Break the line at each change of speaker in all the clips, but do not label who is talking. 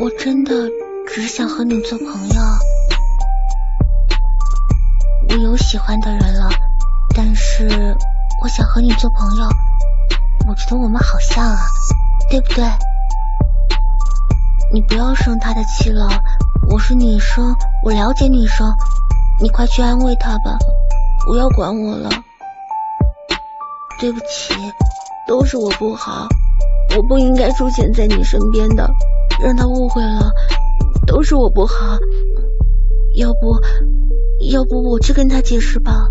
我真的只想和你做朋友。我有喜欢的人了，但是我想和你做朋友。我觉得我们好像啊，对不对？你不要生他的气了，我是女生，我了解女生。你快去安慰他吧，不要管我了。对不起，都是我不好，我不应该出现在你身边的，让他误会了，都是我不好。要不，要不我去跟他解释吧。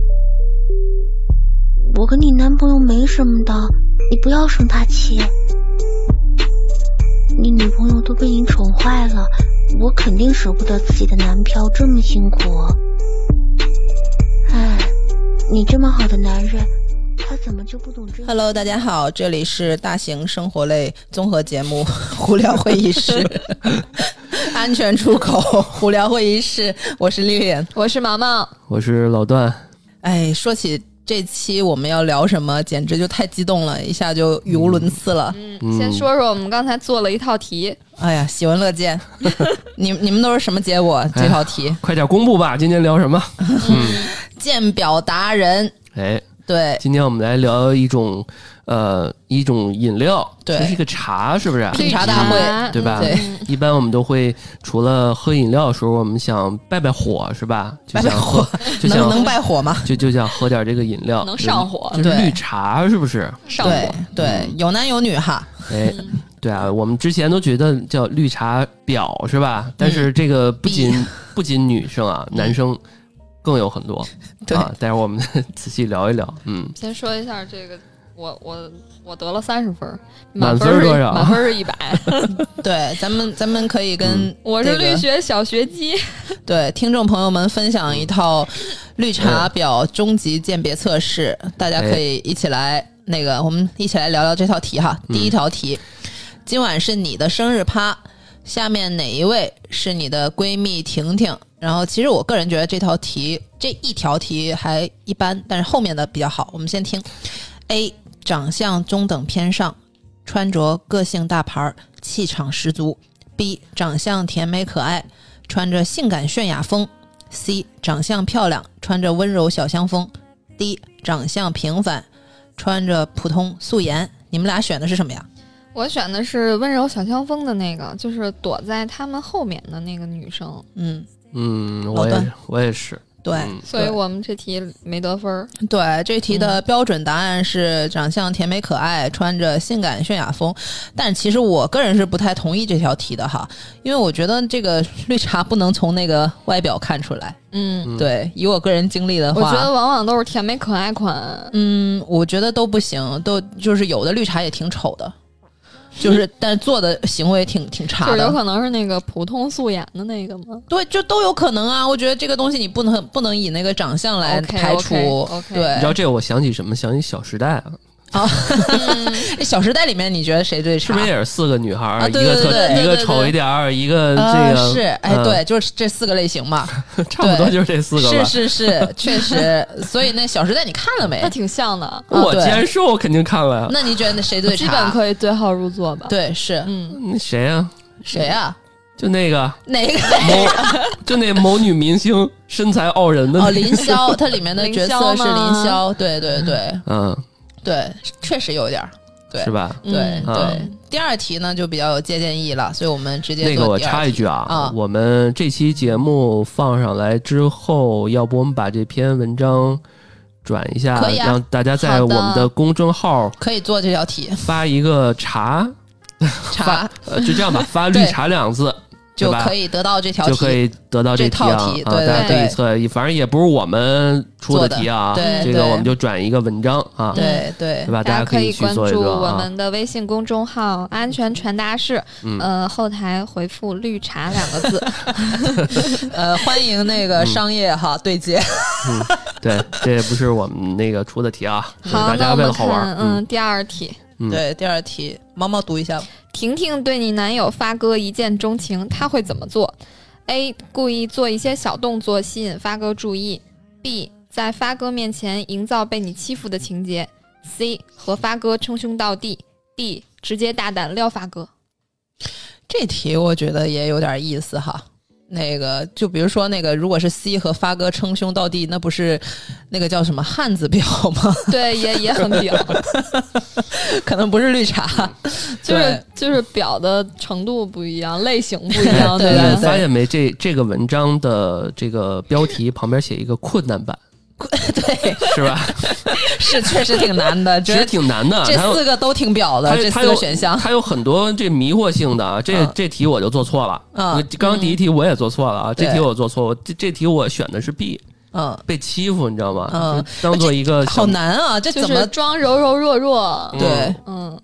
我跟你男朋友没什么的，你不要生他气。你女朋友都被你宠坏了，我肯定舍不得自己的男票这么辛苦。哎，你这么好的男人。他怎么就不懂这
Hello，大家好，这里是大型生活类综合节目《 胡聊会议室》， 安全出口 《胡聊会议室》，我是绿莲。
我是毛毛，
我是老段，
哎，说起这期我们要聊什么，简直就太激动了，一下就语无伦次了。
嗯
先说说我们刚才做了一套题，
哎呀，喜闻乐 见。你你们都是什么结
哎
果？这道题，
快点公布吧，今天聊什么？
嗯
鉴表达人。
哎，
对，
今天我们来聊一种呃一种饮料，
对
这是一个茶，是不是？
品茶大会嗯
对吧？
对
一般我们都会除了喝饮料的时候，我们想败败火，是吧？就
败败
想
火
喝，就
能
想
能败火吗？
就就想喝点这个饮料，
能上火
就是就是
对
绿茶，是不是？
上
对
火，嗯
对，有男有女哈。
哎，对啊，我们之前都觉得叫绿茶婊是吧？但
嗯
是这个不仅、 不仅女生啊，男生更有很多
对
啊。待会儿我们 仔细聊一聊，嗯，
先说一下这个，我我我得了三十分，
满分
分是
多少
满分是一百，
对，咱们咱们可以跟
嗯我是
这个
绿学小学鸡，
对，听众朋友们分享一套绿茶婊终极鉴别测试，大家可以一起来那个，我们一起来聊聊这套题哈。第一条题，今晚是你的生日趴，下面哪一位是你的闺蜜婷婷？然后，其实我个人觉得这套题这一条题还一般，但是后面的比较好。我们先听 A，长相中等偏上，穿着个性大牌儿，气场十足；B，长相甜美可爱，穿着性感泫雅风；C，长相漂亮，穿着温柔小香风；D，长相平凡，穿着普通素颜。你们俩选的是什么呀？
我选的是温柔小香风的那个，就是躲在他们后面的那个女生，
嗯，
嗯，
老
我也
段
是我也是，
对、
嗯
所以
对
我们这题没得分儿。
对，这题
嗯
的标准答案是长相甜美可爱，穿着性感泫雅风。但其实我个人是不太同意这条题的哈，因为我觉得这个绿茶不能从那个外表看出来。
嗯，
嗯
对，以我个人经历的
我
话，
觉得往往都是甜美可爱款，
嗯，我觉得都不行，都就是有的绿茶也挺丑的，就是但做的行为挺挺
嗯就
差
是有
的。
可能是那个普通素颜的那个吗？
对，就都有可能啊。我觉得这个东西你不能不能以那个长相来
OK，
排除。
OK，OK
你知道
对，
这个我想起什么？想起《小时代》啊，
《哎小时代》里面你觉得谁最
是
差？
不是也是四个女孩儿，
啊
一
对
个
对
特
对
一
对
个
对
丑
对
一点儿，一个这
呃，
个
是，哎，
嗯
对，就是这四个类型嘛，
差不多
对
就是这 四个
是
吧。
是是，确实。所以那《小时代》你看了没
那？挺像的，
我
啊对
既然说，我肯定看了呀。
那你觉得那谁最
基本
差？
可以对号入座吧。，
对，是
嗯，
那谁呀？
谁啊？
就那个
哪个？
某， 就那某女明星身材傲人的
哦，
那个，
林 霄，它里面的角色是
林
林
霄吗
霄，对对对
嗯，
对，确实有点儿。对
是吧？
对、
嗯
对、
啊
第二题呢就比较有借鉴意义了，所以我们直接
那个
做
我
第二题。
插一句啊，
啊
我们这期节目放上来之后，要不我们把这篇文章转一下，
可以啊
让大家在我们
好的
的公众号
可以做这道题，
发一个茶，
查
发呃就这 样吧，发
对
绿茶两个字
就
吧
可以得到这条
就
题。
可以得到这
这
啊
套题
啊，
对对
大家可以
对
测一，反正也不是我们出题啊，
做的对
这个
对
我们就转一个文章啊，
对对
对吧？
大
家
家
可
可以
去
关
做一
注
做
我
啊，
们的微信公众号“安全传达室”，
嗯
呃，后台回复“绿茶”两个字。
呃，欢迎那
嗯
个商业哈对接。
对，这也不是我们那个出的 题啊，
好，
大
那
家
我
为
们
了好
看，
玩，
嗯，第二题，
嗯
对，第二题，毛毛读一下吧。
婷婷对你男友发哥一见钟情，她会怎么做？A. 故意做一些小动作吸引发哥注意。B. 在发哥面前营造被你欺负的情节。C. 和发哥称兄道弟。D. 直接大胆撩发哥。
这题我觉得也有点意思哈。那个，就比如说那个，如果是 C 和发哥称兄道弟，那不是那个叫什么汉字表吗？
对，也也很表，
可能不是绿茶，
嗯
就是
对
就是表的程度不一样，类型不一 样，
对
吧？
你发现没？这这个文章的这个标题旁边写一个困难 版，
对，
是吧？
是确实挺难的。
其实
这
挺难的。
这
它有
四个都挺表的，
它
这
它
四
有
个选项。
它有很多这迷惑性的啊。这
嗯
这题我就做错了。
嗯
我刚刚第一题我也做错了啊。
对
这题我做错，我这这题我选的是 B，
嗯，
被欺负，你知道吗？
嗯
就当做一个小
好。难啊，这
就
怎么
是装柔柔弱弱，
嗯
对
嗯，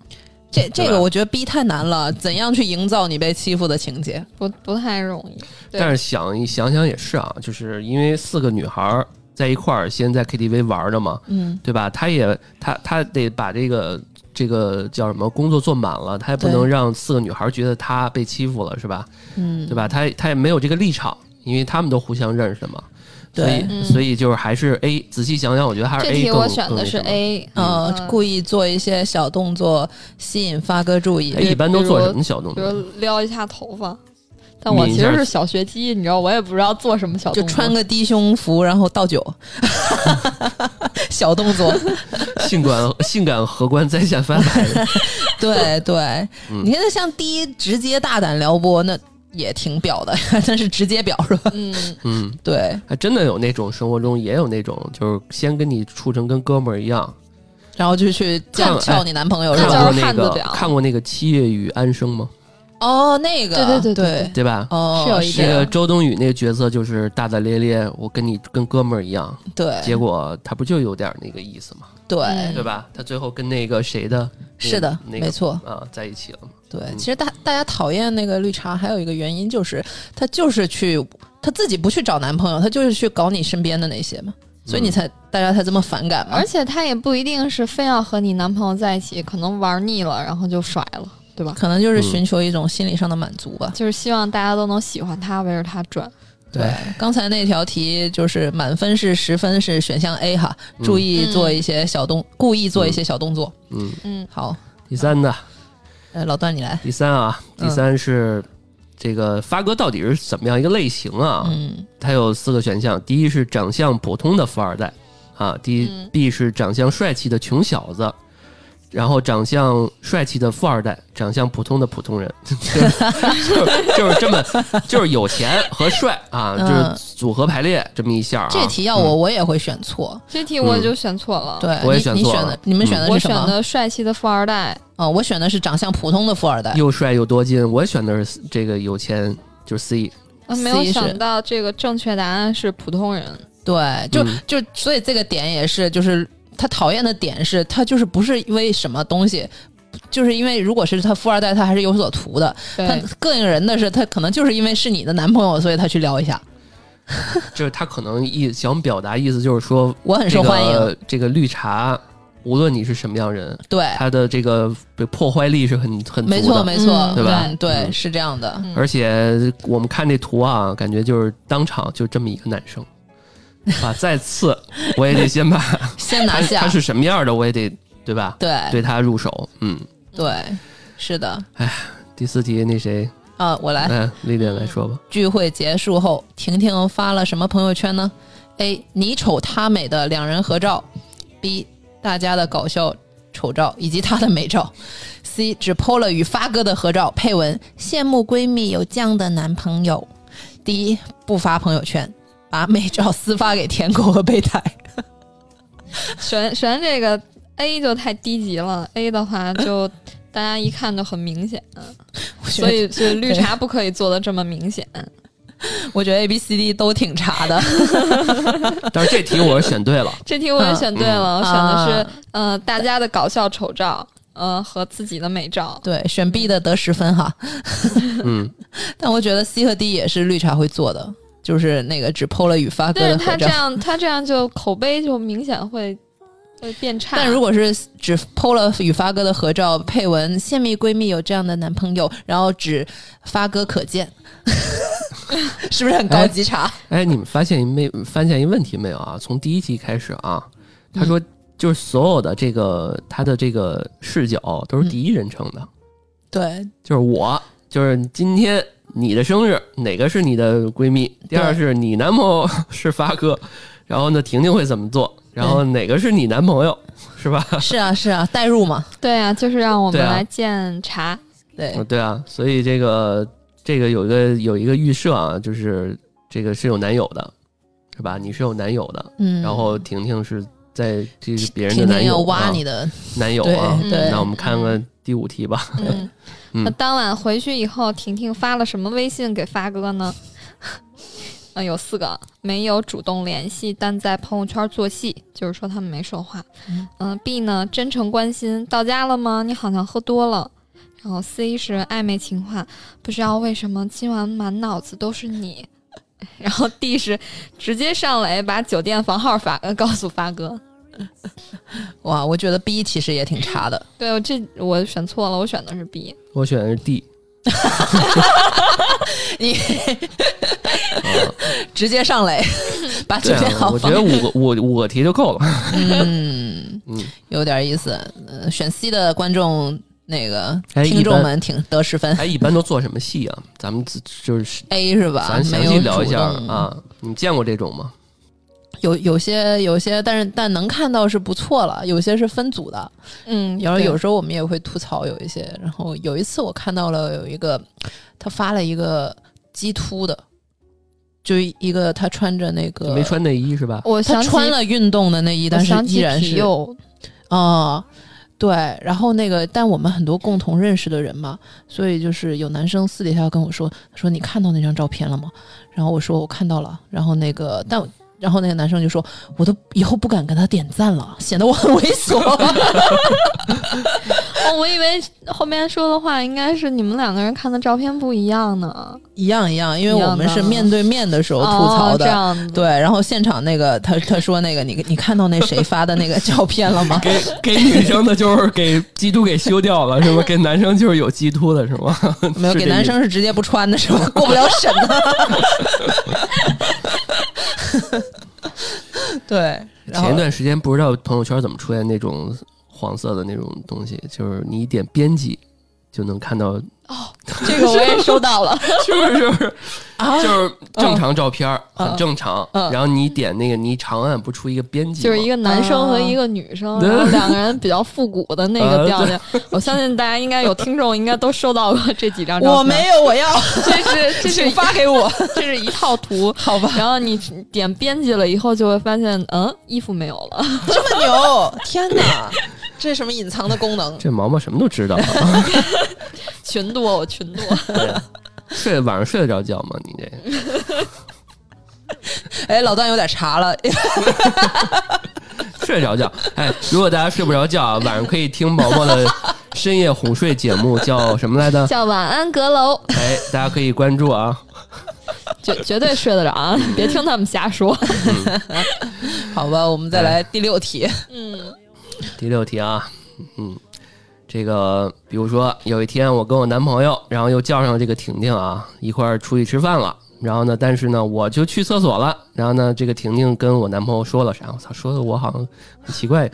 这这
对吧
个我觉得 B 太难了，怎样去营造你被欺负的情节？
不不太容易。对
但是想一想想也是啊，就是因为四个女孩儿在一块儿，先在 KTV 玩着嘛，
嗯，
对吧？她也她她得把这个这个叫什么工作做满了，她也不
对
能让四个女孩儿觉得她被欺负了，是吧？
嗯
对吧？她她也没有这个立场，因为她们都互相认识的嘛。所
对
以、
嗯
所以就是还是 A。仔细想想，我觉得还是
这
A
题
更
我选的是。
更那什么
A，
呃
嗯
故意做一些小动作吸引发哥注意。
A 一般都做什么小动
比
作？
如撩一下头发。但我
抿一
其
下
实是小学鸡，你知道，我也不知道做什么小
就
动作
穿个低胸服，然后 倒酒，小动作。
性感性感荷官在线翻 牌，
对对，
嗯
你看，像第一直接大胆撩拨，那也挺表的， 但是直接表是吧？
嗯，
嗯，
对，
还真的有那种生活中也有那种，就是先跟你处成跟哥们儿一样。
然后就去
看
叫
哎
撬你男朋友是
看
那
吧？
就
过
是
那
汉
个
字表
看过那个《七月与安生》吗？
哦，那个，
对对对
对
对对
对吧？
哦，
是有一
那
点
个周冬雨那个角色就是大大咧咧，我跟你跟哥们儿一样，
对
结果他不就有点那个意思吗？
对
嗯，
对吧？他最后跟那个谁的，那个
是的
那个
没错
啊，在一起了嘛。
对，
嗯
其实大大家讨厌那个绿茶，还有一个原因就是她就是去她自己不去找男朋友，她就是去搞你身边的那些嘛，
嗯
所以你才、大家才这么反感嘛
而。且他也不一定是非要和你男朋友在一起，可能玩腻了，然后就甩了，对吧？
可能就是寻求一种心理上的满足吧。
嗯
就是希望大家都能喜欢他，围着他转。
对，刚才那条题就是满分是十分是选项 A 哈，注意做一些小动，故意做一些小动作。
嗯，
嗯，
好，
第三呢？
呃，老段你来，
第三啊，
嗯
第三是这个发哥到底是怎么样一个类型啊？
嗯，
它有四个选项，第一是长相普通的富二代啊，第一、
嗯
B 是长相帅气的穷小子，然后长相帅气的富二代，长相普通的普通人， 就是就是这么就是有钱和帅啊，就
嗯
是组合排列这么一下啊。
这题要我我也会选错，
这题我就选错了。
嗯对，
我也
你
选
你
错
选
了嗯
的，你们选的
我
是
选
什么？
的帅气的富二代，
哦，我选的是长相普通的富二代。
又帅又多金，我选的是这个有钱就是 C，
呃没有
C 是
想到这个正确答案是普通人。
对，就、
嗯
就所以这个点也是，就是他讨厌的点是，他就是不是因为什么东西，就是因为如果是他富二代，他还是有所图的。他
对，
膈应人的是，他可能就是因为是你的男朋友，所以他去聊一下，
就是他可能意想表达意思就是说
我很受欢迎。
这个这个绿茶，无论你是什么样人，
对，
他的这个破坏力是很很足的。
没错没错，
嗯
对吧
嗯对，
嗯
是这样的。
嗯
而且我们看这图啊，感觉就是当场就这么一个男生， 啊，再次我也得先 把
先拿
他
下
他，是什么样的，我也得对吧？
对
对他入手。嗯，
对，是的。
第四题那谁，
啊，我来。
嗯，丽丽来说吧。
聚会结束后，婷婷发了什么朋友圈呢？A. 你丑她美的两人合照；B. 大家的搞笑丑照以及她的美照；C. 只 PO 了与发哥的合照，配文羡慕闺蜜有这样的男朋友；D. 不发朋友圈，把美照私发给舔狗和备胎。
选选这个 A 就太低级了，A 的话 就大家一看就很明显，啊
我觉
所
得，
以所以绿茶不可以做的这么明显。
我觉得 A、B、C、D 都挺差 的。
但是这题我是选对了，
这题我也选对了，
嗯
我选的
啊
是呃大家的搞笑丑照，呃和自己的美照。
对，选 B 的得十分哈。
嗯，
但我觉得 C 和 D 也是绿茶会做的，就是那个只 PO 了与发哥
但
的
是
合
他这
照。
样，他这样就口碑就明显会会变差。
但如果是只 PO 了与发哥的合照，配文“泄密闺蜜有这样的男朋友”，然后只发哥可见， 是不是很高级茶？
哎，你们发现一没发现一问题没有啊？从第一题开始啊，他说就是所有的这嗯个他的这个视角都是第一人称的，
对
就是我，就是今天你的生日，哪个是你的闺蜜？第二是你男朋友 是发哥，然后呢，婷婷会怎么做？然后哪个是你男朋友， 是吧？
是啊是啊，代入嘛，
对啊，就是让我们
对啊
来鉴察。
对
嗯，对啊，所以这个这个有一个有一个预设啊，就是这个是有男友的，是吧？你是有男友的，
嗯，
然后婷婷是在这是别人的
天
男
天
友
要挖
啊
你的，
男友啊
对对。
那我们看看第五题吧。
嗯，
嗯
那当晚回去以后，婷婷发了什么微信给发哥呢？ 啊，有四个，没有主动联系，但在朋友圈做戏，就是说他们没说话。
嗯
嗯、b 呢，真诚关心，到家了吗？你好像喝多了。然后 C 是暧昧情话，不知道为什么今晚满脑子都是你。 然后 D 是直接上来把酒店房号发呃告诉发哥。
哇，我觉得 B 其实也挺差的，
对我这我选错了，我选的是 B。
我选的是 D，
你
啊
直接上来 把酒
对
店
啊，
好
我觉
放
得，五个五五个题就够了。
嗯
嗯，
有点意思。呃，选 C 的观众那个
哎
听
一
众
般
们挺得十 分
哎，一般都做什么戏啊？咱们自就是
，A 是吧
哎咱？详
没
细
有
聊一
主
下
动，
啊。你见过这种吗？
有有些有些，但是但能看到是不错了，有些是分组的，
嗯，
然后
对
有时候我们也会吐槽有一些，然后有一次我看到了有一个他发了一个鸡突的，就一个他穿着那个
没穿内衣 是吧？
我
他
想起
穿了运动的内衣，
我
但是
想
依
起
然
体
是
幼，
哦，对，然后那个，但我们很多共同认识的人嘛，所以就是有男生私底下跟我说，他说你看到那张照片了吗？然后我说我看到了，然后那个，但然后那个男生就说，我都以后不敢跟他点赞了，显得我很猥 琐。
哦，我以为后面说的话应该是你们两个人看的照片不一样呢。
一样一样，因为
一样
我们是
的
面对面的时候吐槽
哦、这
的。
样子。
对，然后现场那个他他说那个你你看到那谁发的那个照片了吗？
给给女生的就是给基督给修掉了是 吗？给男生就是有基督的是吗？
没有
是这
给男
意思
生是直接不穿的是吧？ 过不了审的。对，然
前一
后
段时间不知道朋友圈怎么出现那种黄色的那种东西，就是你一点编辑就能看到，
这个我也收到 了。
嗯
是 不是？
啊
就是正常照片、
嗯
很正常，
嗯
然后你点那个你长按不出一个编辑吗，
就是一个男生和一个女生，然后两个人比较复古的那
呃
个调调。我相信大家应该有听众应该都收到过这几张照片。
我没有，我要
这 是这是
请发给我，
这是一套 图，好吧？然后你点编辑了以后，就会发现，嗯，衣服没有了。
这么牛！天哪，这是什么隐藏的功 能？
这毛毛什么都知道、啊。
群多，我群多。
睡晚上睡得着觉吗？你这
哎，老段有点茶了，
睡得着觉？哎，如果大家睡不着觉啊，晚上可以听毛毛的深夜哄睡节目，叫什么 来着？
叫晚安阁楼，
哎，大家可以关注啊。
绝绝对睡得着啊！别听他们 瞎说。
好吧，我们再来第六题。
嗯，
第六题啊，嗯，这个比如说有一天我跟我男朋友，然后又叫上这个婷婷啊，一块儿出去吃饭了。然后呢，但是呢，我就去厕所了。然后呢，这个婷婷跟我男朋友说了啥？我操，说的我好像很奇怪，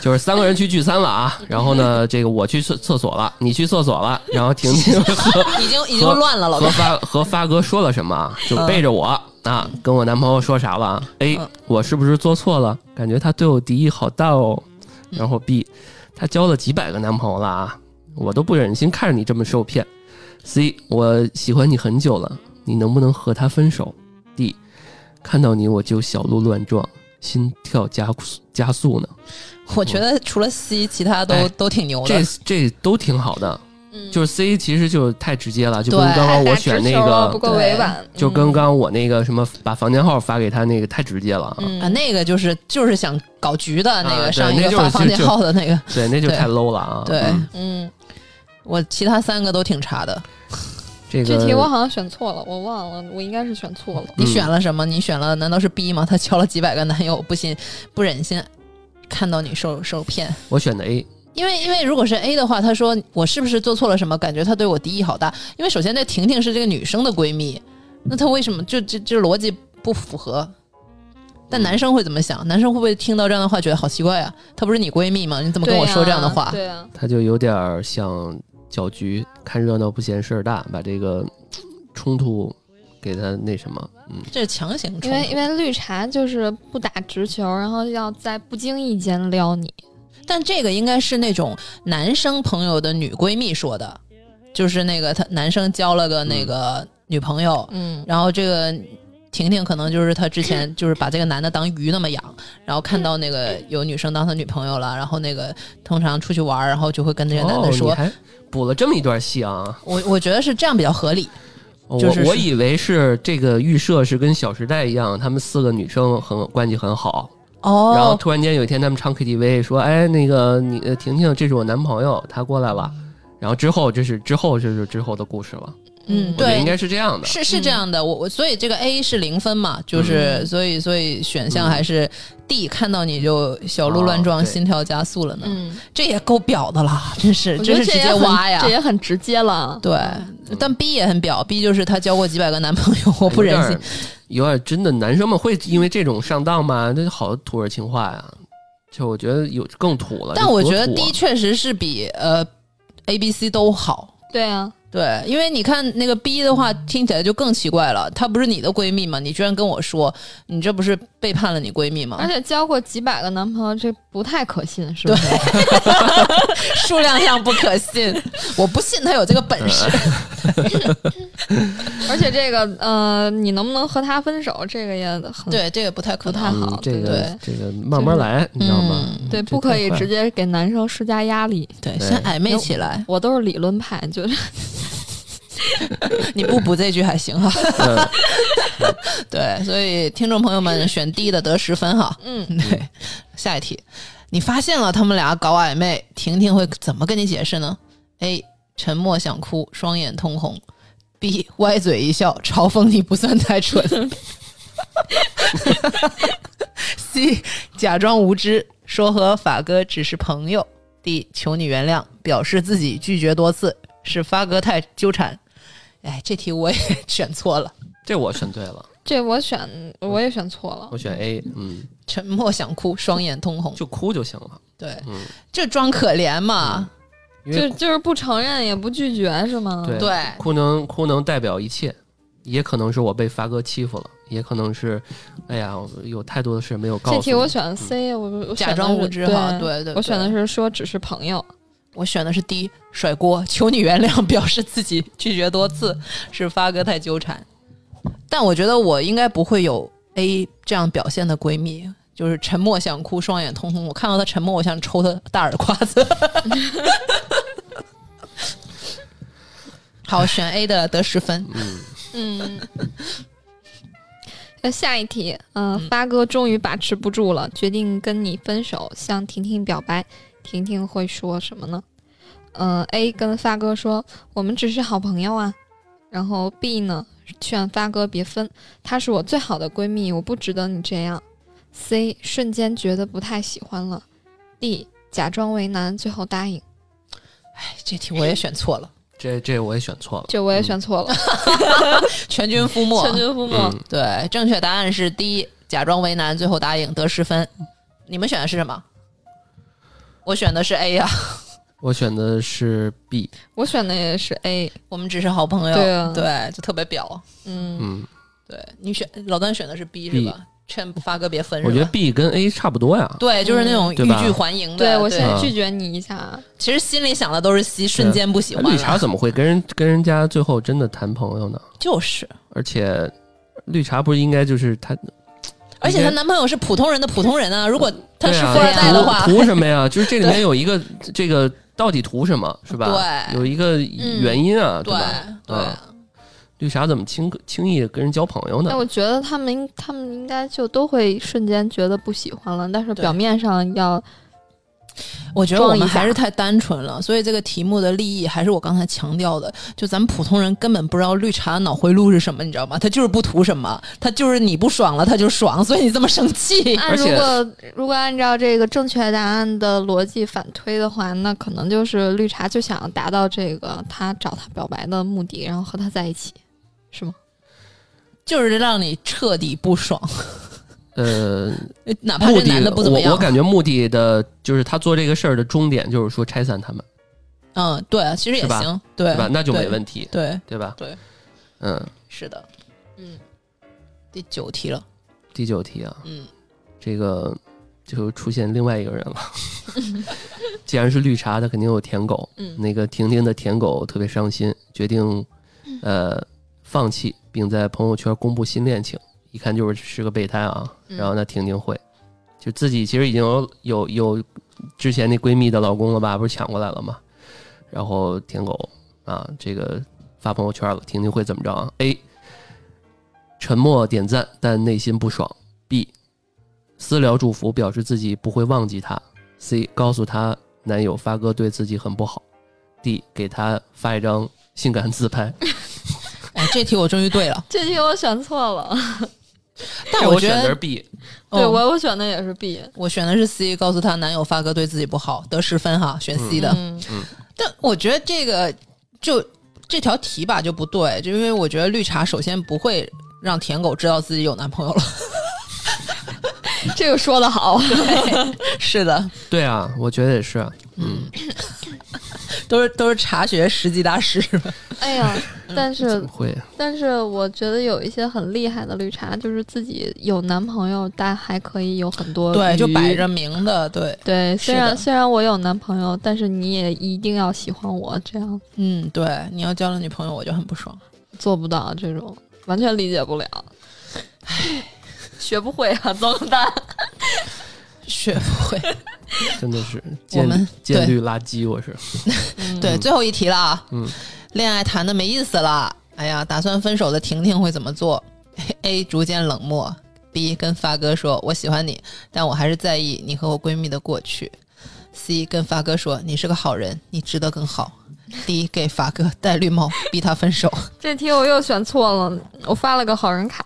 就是三个人去聚餐了啊。然后呢，这个我去厕厕所了，你去厕所了。然后婷婷和
已经已经乱了，老
和
段。
发和发哥说了什么啊？
嗯
就背着我啊，跟我男朋友说啥了啊？A，
嗯
我是不是做错了？感觉他对我敌意好大哦。
嗯
然后 B，他交了几百个男朋友了啊，我都不忍心看着你这么受骗。C，我喜欢你很久了，你能不能和他分手？D，看到你我就小鹿乱撞，心跳加速加速呢。
我觉得除了 C，其他都
哎
都挺牛的
这。这都挺好的，
嗯
就是 C 其实就是太直接了，就跟
对
刚啊刚我
大直
选那
球了
个
不够委婉，嗯
就跟刚刚我那个什么把房间号发给他那个太直接了啊，
嗯
啊，那个就是就是想搞局的那
啊
个
对
上一
那
个
就是
发房间
就
号的那个，
对，那就
对
太 low 了啊。
对
嗯
嗯，
我其他三个都挺差的。
这
这题我
个
好像选错了，我忘了，我应该是选错了。
你
嗯
选了什么？你选了？难道是 B 吗？她交了几百个男友，不信不忍心看到你受受骗。
我选的 A，
因为因为如果是 A 的话，她说我是不是做错了什么？感觉她对我敌意好大。因为首先这婷婷是这个女生的闺蜜，那她为什么就这这逻辑不符合？但
嗯
男生会怎么想？男生会不会听到这样的
啊
嗯
话觉得好奇怪啊？她不是你闺蜜吗？你怎么跟我说这样的话？
对啊，
他就有点像搅局，看热闹不嫌事儿大，把这个嘖冲突给他那什么，嗯，
这是强行冲
因啊为因
突。
为绿茶就是不打直球，然后要在不经意间撩你。
但这个应该是那种男生朋友的女闺蜜说的，就是那个他男生交了个
嗯
那个女朋友，
嗯，
然后这个婷婷可能就是她之前就是把这个男的当鱼那么养，然后看到那个有女生当她女朋友了，然后那个通常出去玩儿，然后就会跟这个男的说，
哦、你还补了这么一段戏啊，哦
我我觉得是这样比较合理。就是
我我以为是这个预设是跟《小时代》一样，她们四个女生很关系很好，然后
哦，
突然间有一天他们唱 KTV 说，哎，那个你呃婷婷，这是我男朋友，他过来了。然后之后这是之后这是之后的故事了，
嗯，
我觉得应
对。
该是这样的。
是是这样的，我我所以这个 A 是零分嘛，就是、
嗯
所以所以选项还是 D，看到你就小鹿乱撞，
哦对
心跳加速了呢，
嗯，
这也够表的了， 真是
我觉
是
得
直
这
接
也
挖
很
呀
这，也很直接了。
对。
嗯
但 B 也很表，B 就是她交过几百个男朋友， 我不忍
有
心
点哎儿。有点儿真的，男生们会因为这种上当吗？那就好土味情话呀。就我觉得有更土了。
但
这
我
多
觉得
土啊
D 确实是比呃 A、B、C 都好。
对啊，
对，因为你看那个 B 的话，听起来就更奇怪了。她不是你的闺蜜吗？你居然跟我说，你这不是背叛了你闺蜜
而
吗？
且交过几百个男朋友，这不太可信，是不是？
数量上不可信， 我不信她有这个本事。
而且这个，呃，你能不能和他分手，这个也 很
对，这个不太可
不太
能。
好。
嗯，这
对
个这个慢慢来，你知道吗？
嗯
对，
这
不可以
太快
直接给男生施加压力。
对，
对
先暧昧起来。
我都是理论派，就是
你不补这句还行哈。
嗯
对，所以听众朋友们选 D 的得十分哈。
嗯，
对，下一题，你发现了他们俩搞暧昧，婷婷会怎么跟你解释呢？A. 沉默想哭，双眼通红。B. 歪嘴一笑，嘲讽你不算太蠢。C. 假装无知，说和法哥只是朋友。D. 求你原谅，表示自己拒绝多次，是发哥太纠缠。哎，这题我也选错了，
这我选对了，
这我选我也选错了
嗯我。选 A，嗯，
沉默想哭，双眼通红。
就哭就行了，
对，
嗯
就装可怜嘛。
因
就
为
就是不承认也不拒绝是吗？
对
对
哭能哭能代表一切，也可能是我被发哥欺负了，也可能是，哎呀，我有太多的事没有告
这
诉你。嗯
题我选 C，我我选
假
的
装
是
无知哈，
对，
对对，
我选的
对
是说只是朋友。
我选的是 D，甩锅，求你原谅， 表示自己拒绝多次，是发哥太纠缠。但我觉得我应该不会有 A 这样表现的闺蜜，就是沉默想哭，双眼通红。我看到她沉默，我想抽她大耳刮子。 好，选 A 的得十分。
嗯，
嗯。那下一题，嗯、发哥终于把持不住了，决定跟你分手，向婷婷表白。婷婷会说什么呢？嗯、a 跟发哥说我们只是好朋友啊。然后 B 呢，劝发哥别分，她是我最好的闺蜜，我不值得你这样。C 瞬间觉得不太喜欢了。D 假装为难，最后答应。
哎这题我也选错了，
这这我也选错了，
这我也选错 了，
全军覆没。
嗯
啊
全军覆没。
嗯，
对，正确答案是 D，假装为难，最后答应得十分。你们选的是什么？我选的是 A 啊呀、
我选的是 B，
我选的也是 A。
我们只是好朋友，
对啊
对就特别表。
嗯，
嗯，
对你选老段选的是 B 是吧？劝发哥别分是吧？
我觉得 B 跟 A 差不多呀，
对，就是那种
对
欲
吧
拒还迎的。
对，我先
啊
拒绝你一下。
其实心里想的都是 C，瞬间不喜欢啊
绿茶
了。
怎么会跟人跟人家最后真的谈朋友呢？
就是，
而且绿茶不是应该就是她
而且她男朋友是普通人的普通人啊。如果他
对
是
啊
富二代的话，
图图什 么呀？就是这里面有一个这个到底图什么是吧？
对嗯
有一个原因啊，
对
吧？
对
啊绿茶怎么轻轻易跟人交朋友呢
哎，？我觉得他们应他们应该就都会瞬间觉得不喜欢了，但是
对
表面上要
我觉得我
装
们
一下
还是太单纯了，所以这个题目的立意还是我刚才强调的，就咱们普通人根本不知道绿茶的脑回路是什么，你知道吗？他就是不图什么，他就是你不爽了他就爽，所以你这么生气。
按
而
如
且
果如果按照这个正确答案的逻辑反推的话，那可能就是绿茶就想达到这个他找他表白的目的，然后和他在一起，是吗？，
就是让你彻底不爽，
呃，
哪 怕
目
这
的
男的不怎么
我
样
我，感觉目的的就是他做这个事儿的终点就是说拆散他们，
嗯，对，其实也
是吧
行，对
对吧？那就没
题。
问题，
对，
对吧？
对，
嗯，
是的，嗯，第九题了，
第九题啊，
嗯，
这个就出现另外一个 人了。既然是绿茶，他肯定有舔狗。
嗯
那个婷婷的舔狗特别伤心，决定
嗯
呃放弃，并在朋友圈公布新恋情。一看就是是个备胎啊。
嗯
然后呢，婷婷会就自己其实已经有有有之前那闺蜜的老公了吧，不是抢过来了吗？然后舔狗啊，这个发朋友圈了，婷婷会怎么着啊？A 沉默点赞，但内心不爽。B 私聊祝福，表示自己不会忘记他。C 告诉她男友发哥对自己很不好。D 给她发一张性感自拍。
哎，这题我终于对了
这题我选错了，
但
我
觉
选的是
得，
B，
对
嗯
我我选的也是 B，
我选的是 C，告诉她男友发哥对自己不好，得十分哈，选 C 的。
嗯
但我觉得这个就这条题吧就不对，就因为我觉得绿茶首先不会让舔狗知道自己有男朋友了。
这个说的好，
是的，
对啊，我觉得也是啊。
都是都是茶学十级大师。
哎呀，但是
嗯
怎么会？
但是我觉得有一些很厉害的绿茶，就是自己有男朋友，但还可以有很多
对，就
余
摆着明的，对，
对，虽
是
然
的
虽然我有男朋友，但是你也一定要喜欢我，这样
嗯，对，你要交了女朋友我就很不爽。
做不到，这种完全理解不了。学不会啊，怎 么办？
学不会。
真的是
我们
见
对
见绿垃圾，我是。
对，最后一题了啊，
嗯，
恋爱谈的没意思了，哎呀，打算分手的婷婷会怎么做？A 逐渐冷漠，B 跟发哥说我喜欢你，但我还是在意你和我闺蜜的过去。C 跟发哥说你是个好人，你值得更好。D 给发哥戴绿帽，逼他分手。
这题我又选错了，我发了个好人卡。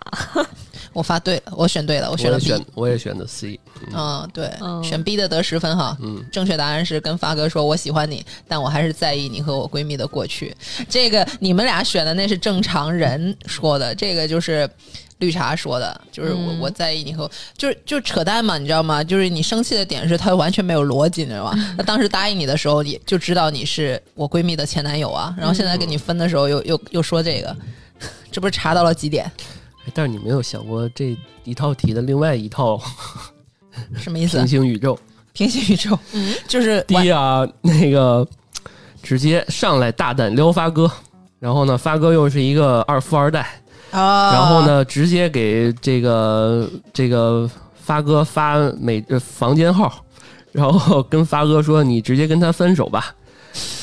我发对了，我选对了，我
我
选了
也
B。
选，我也选的 C。
嗯，对，
嗯
选 B 的得十分哈。
嗯，
正确答案是跟发哥说我喜欢你，但我还是在意你和我闺蜜的过去。这个你们俩选的那是正常人说的，这个就是绿茶说的，就是我、
嗯
我在意你和就是就扯淡嘛，你知道吗？就是你生气的点是他完全没有逻辑，你知道吗？他当时答应你的时候，也就知道你是我闺蜜的前男友啊，然后现在
嗯
跟你分的时候又、又又说这个，这不是查到了几点？
哎但是你没有想过这一套题的另外 一套
什么意思啊
平？行宇宙。
平行宇宙，
嗯
就是
第一啊，那个直接上来大胆撩发哥，然后呢，发哥又是一个二富二代，
啊，
然后？呢，直接给这个这个发哥发美呃房间号，然后 跟发哥说你直接跟他分手吧，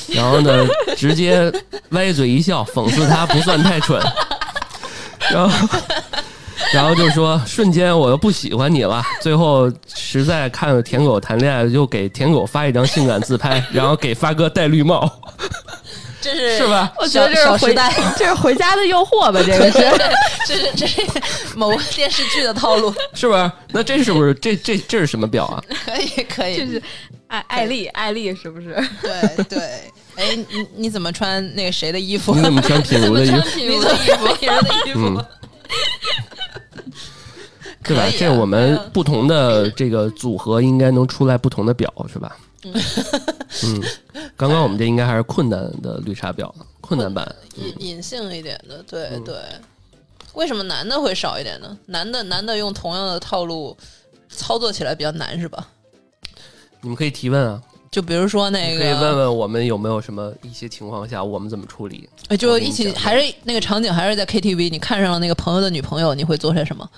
然后呢， 直接歪嘴一笑，讽刺他不算太蠢，然后。然后就说瞬间我又不喜欢你了，最后实在看着舔狗谈恋爱，就给舔狗发一张性感自拍，然后给发哥戴绿帽，
这是
是吧？
我觉得这是
小
回
时代，
这是回家的诱惑吧？这个是
这是这是某个电视剧的套路，
是不是？那这是不是这这这是什么表啊？
可以可以，
就是艾艾丽，艾丽是不是？
对对。哎，你你怎么穿那个谁的衣服？
你怎么穿品如的衣服？
你怎么穿别人的衣服？
嗯对吧
可以？啊
这我们不同的这个组合应该能出来不同的表，是吧？ 嗯，刚刚我们这应该还是困难的绿茶婊，困难版。
隐隐性一点的，对
嗯
对。为什么男的会少一点呢？男的男的用同样的套路操作起来比较难，是吧？
你们可以提问啊，
就比如说那
你
个，
可以问问我们有没有什么一些情况下我们怎么处理？
哎就
我跟
一
你
起
讲
还是那个场景，还是在 KTV，你看上了那个朋友的女朋友，你会做些什么？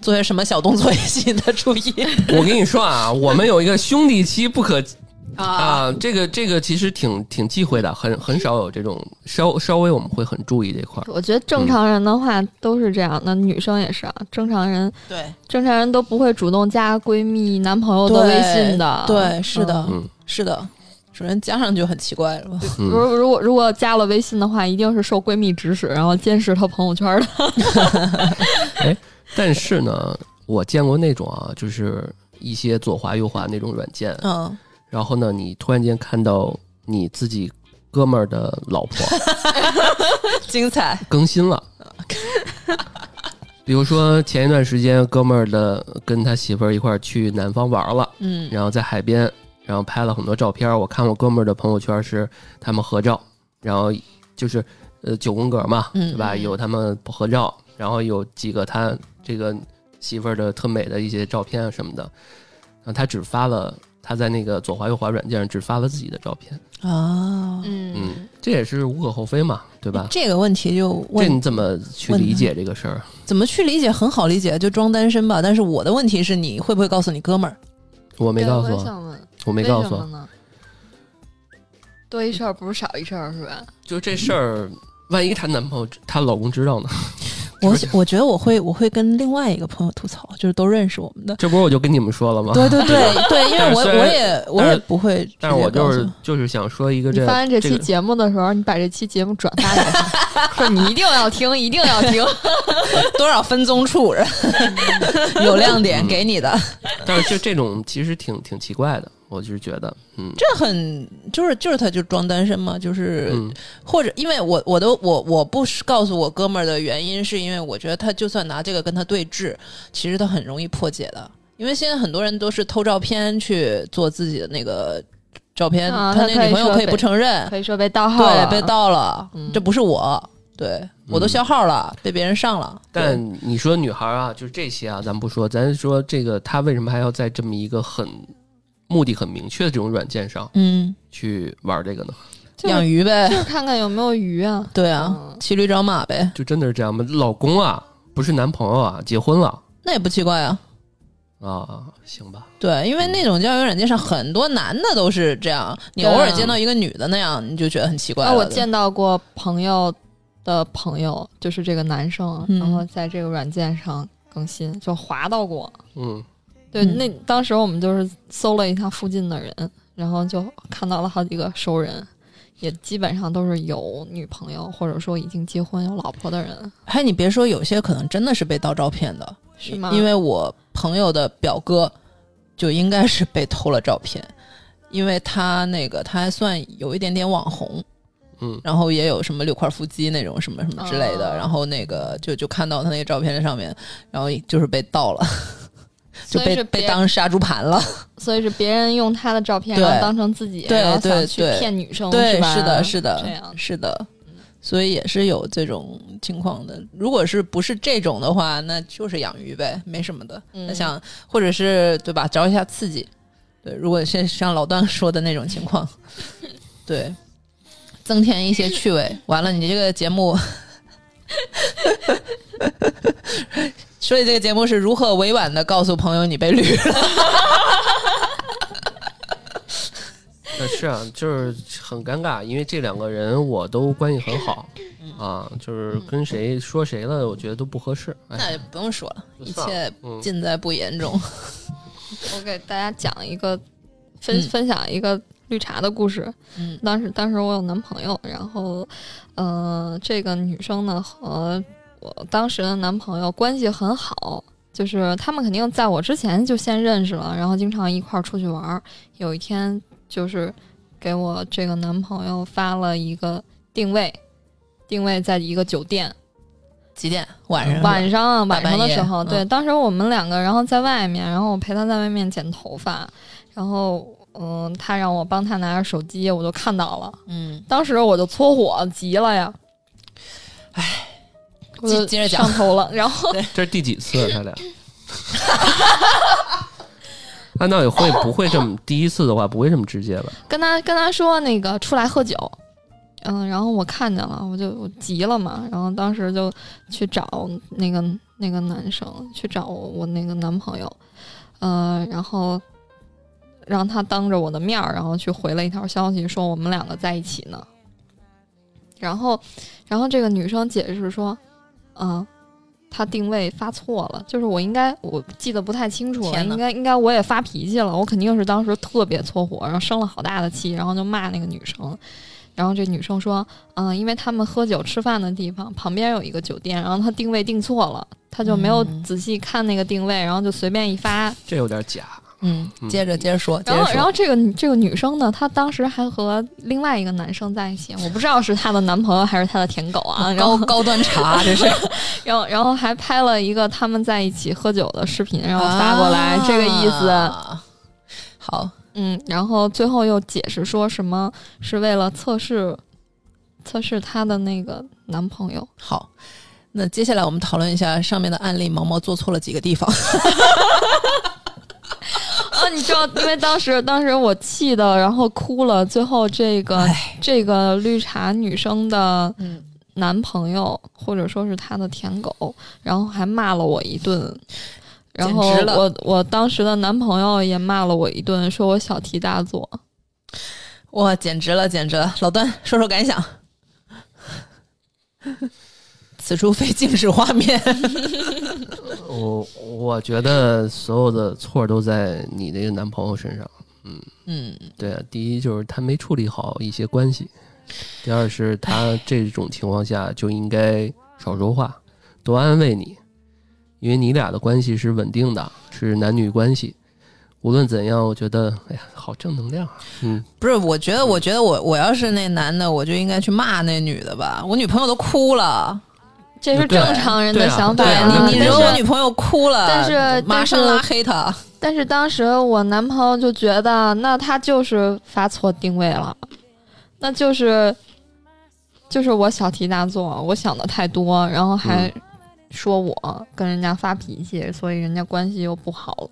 做些什么小动作也 吸引他注意
我跟你说啊，我们有一个兄弟妻不可
啊？
啊，这个这个其实挺挺忌讳的，很很少有这种稍稍微我们会很注意这块儿。
我觉得正常人的话都是这样的，女生也是啊。正常人，
对，
正常人都不会主动加闺蜜、男朋友的微信的。
对，是的，
嗯
是的，首先加上就很奇怪了。
嗯。如如果如果加了微信的话，一定是受闺蜜指使，然后监视她朋友圈的。
但是呢，我见过那种啊，就是一些左滑右滑那种软件，
嗯，
然后呢，你突然间看到你自己哥们儿的老 婆
精彩，
更新了。比如说前一段时间，哥们儿的跟他媳妇儿一块儿去南方玩了，
嗯
然后在海边然后拍了很多照片儿。我看我哥们儿的朋友圈是他们合照，然后就是呃九宫格嘛，
嗯
对吧？有他们合照，然后有几个他这个媳妇儿的特美的一些照片啊什么的。然后他只发了他在那个左滑右滑软件上只发了自己的照片，
啊，
嗯
嗯，这也是无可厚非嘛，对吧？
这个问题就
这
问
你怎么去
问
理解这个事儿？啊
怎么去理解，很好理解，就装单身吧。但是我的问题是，你会不会告诉你哥们儿？
我没
对
告
我
诉
也
我，
想问，
我没
为
告
什
诉啊
么
我，
呢？多一事儿不如少一事儿是吧？
就这事儿，万一她男朋友她老公知道呢？
我我觉得我会我会跟另外一个朋友吐槽，就是都认识我们的。
这不是我就跟你们说了吗？
对对对对，因为
但是
我
虽然
我也我
但
也
是
不会直接告
但
诉，
是我就是就是想说一个
你
这
发完这期
个
节目的时候，你把这期节目转发给他， 说你一定要听，一定要听。
多少分宗处 有亮
嗯
点给你的，
但是这这种其实挺挺奇怪的，我就是觉得，嗯，
这很就是就是他就装单身嘛，就是、
嗯
或者因为我我都我我不是告诉我哥们儿的原因，是因为我觉得他就算拿这个跟他对峙，其实他很容易破解的，因为现在很多人都是偷照片去做自己的那个照片，
啊
他
他
那
可以
女朋友
说
可以
被
不承认，
可以说被盗号了，
对，被。盗了，
嗯
这不是我，对我都消号了，被别人上了，
嗯但你说女孩啊，就是这些啊，咱不说，咱说这个她为什么还要在这么一个很目的很明确的这种软件上
嗯，
去玩这个呢？
就是
养鱼呗
就，是看看有没有鱼啊。
对啊
嗯，
骑驴找马呗，
就真的是这样吗？老公啊，不是男朋友啊，结婚了
那也不奇怪啊。
啊，行吧，
对，因为那种交友软件上很多男的都是这样，你
对
偶
啊
尔见到一个女的那样，你就觉得很奇怪
啊，
了。
我见到过朋友的朋友，就是这个男生，
嗯
然后在这个软件上更新，就滑到过。
嗯，
对，
嗯
那当时我们就是搜了一下附近的人，然后就看到了好几个熟人，也基本上都是有女朋友或者说已经结婚有老婆的人，
还哎你别说，有些可能真的是被盗照片的，
是吗？
因为我朋友的表哥就应该是被偷了照片，因为他那个他还算有一点点网红，
嗯
然后也有什么六块腹肌那种什么什么之类的，
哦
然后那个就就看到他那个照片上面，然后就是被盗了，就
所以
被
是
被
别
当杀猪盘了。
所以是别人用他的照片，
对
然后当成自己，
对
然后
对
想去
对
骗女生，
对，
吧？
是的，是
这
的
样，
是的，所以也是有这种情况的。如果是不是这种的话，那就是养鱼呗，没什么的。
嗯
那想或者是对吧，找一下刺激。对，如果是像老段说的那种情况，对，增添一些趣味。完了，你这个节目。所以这个节目是如何委婉的告诉朋友你被绿了？
那是啊，就是很尴尬，因为这两个人我都关系很好啊，就是跟谁说谁了，我觉得都不合适。哎，
那也不用说了，
就
一
算
切
嗯
尽在不言中。
我给大家讲一个分、
嗯
分享一个绿茶的故事。
嗯
当时当时我有男朋友，然后，呃，这个女生呢和我当时的男朋友关系很好，就是他们肯定在我之前就先认识了，然后经常一块儿出去玩儿。有一天就是给我这个男朋友发了一个定位，定位在一个酒店，
几点？晚上是吧？
晚上晚上的时候，
哎大半夜嗯
对，当时我们两个，然后在外面，然后我陪他在外面剪头发，然后嗯、他让我帮他拿着手机，我就看到了，
嗯，
当时我就搓火，急了呀，哎，我就
接接着讲
上头了，然 后
这是第几次啊他俩？按道理会不会这么第一次的话不会这么直接吧？
跟他跟他说那个出来喝酒，嗯，然后我看见了，我就我急了嘛，然后当时就去找那个那个男生，去找我我那个男朋友，呃，然后让他当着我的面儿，然后去回了一条消息说我们两个在一起呢，然后然后这个女生解释说，嗯、她定位发错了，就是我应该我记得不太清楚了，
天哪
应该应该我也发脾气了，我肯定是当时特别搓火，然后生了好大的气，然后就骂那个女生，然后这女生说，嗯、因为他们喝酒吃饭的地方旁边有一个酒店，然后她定位定错了，她就没有
嗯
仔细看那个定位，然后就随便一发，
这有点假。
嗯，
嗯
接着接着说，接
然
着
后，然
说。
后这个女这个女生呢，她当时还和另外一个男生在一起，我不知道是她的男朋友还是她的舔狗啊。然
高
后，
高端 茶，这是
然后，然后还拍了一个他们在一起喝酒的视频，然后发过来，这个意思。
啊啊好，
嗯，然后最后又解释说什么是为了测试测试她的那个男朋友。
好，那接下来我们讨论一下上面的案例，毛毛做错了几个地方。
啊，你知道，因为当时当时我气的，然后哭了。最后这个
哎，
这个绿茶女生的
嗯，
男朋友，或者说是她的舔狗，然后还骂了我一顿。然后
简直了
我我当时的男朋友也骂了我一顿，说我小题大做。
哇，简直了，简直了！老段说说感想。 此处非静止画 面，
我我觉得所有的错都在你那个男朋友身上。
嗯，
对啊，第一就是他没处理好一些关系，第二是他这种情况下就应该少说话，多安慰你，因为你俩的关系是稳定的，是男女关系。无论怎样，我觉得，哎呀，好正能量啊！嗯，
不是，我觉得，我觉得我我要是那男的，我就应该去骂那女的吧。我女朋友都哭了，
这是
对
正常人
对
的
啊
想法
对
呀、
啊那
你
肯
你
定
惹
是
我女朋友哭了，
但是
马上拉黑她。
但是当时我男朋友就觉得，那他就是发错定位了，那就是就是我小题大做，我想的太多，然后还
嗯
说我跟人家发脾气，所以人家关系又不好了。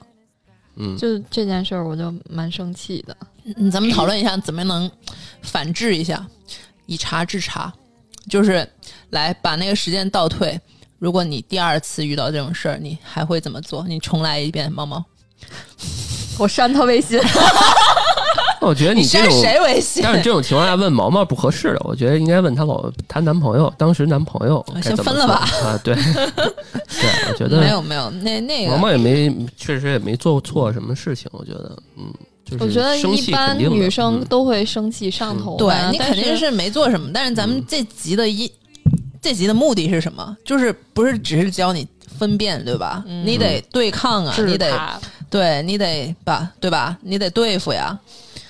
嗯，
就这件事儿，我就蛮生气的。
嗯，咱们讨论一下怎么能反制一下，以茶制茶，就是来把那个时间倒退。如果你第二次遇到这种事儿，你还会怎么做？你重来一遍，猫猫。
我删 他微信，
那我觉得你这
删
种，
谁微信？
但是这种情况下问毛毛不合适的，我觉得应该问她老她男朋友，当时男朋友该
先
怎么
分了
说
吧
啊？对，对，我觉得
没有没有，那那
毛
个
毛也没，确实也没做错什么事情，我觉得，嗯，就是
我觉得
生
一
气
般
肯定的
女生
嗯
都会生气上头吧。
对你
啊但
肯定
是
是没做什么，但是咱们这集的一、这集的目的是什么？就是不是只是教你分辨对吧？
嗯
你得对抗啊，你
治
得
他，
对你得把对吧？你得对付呀，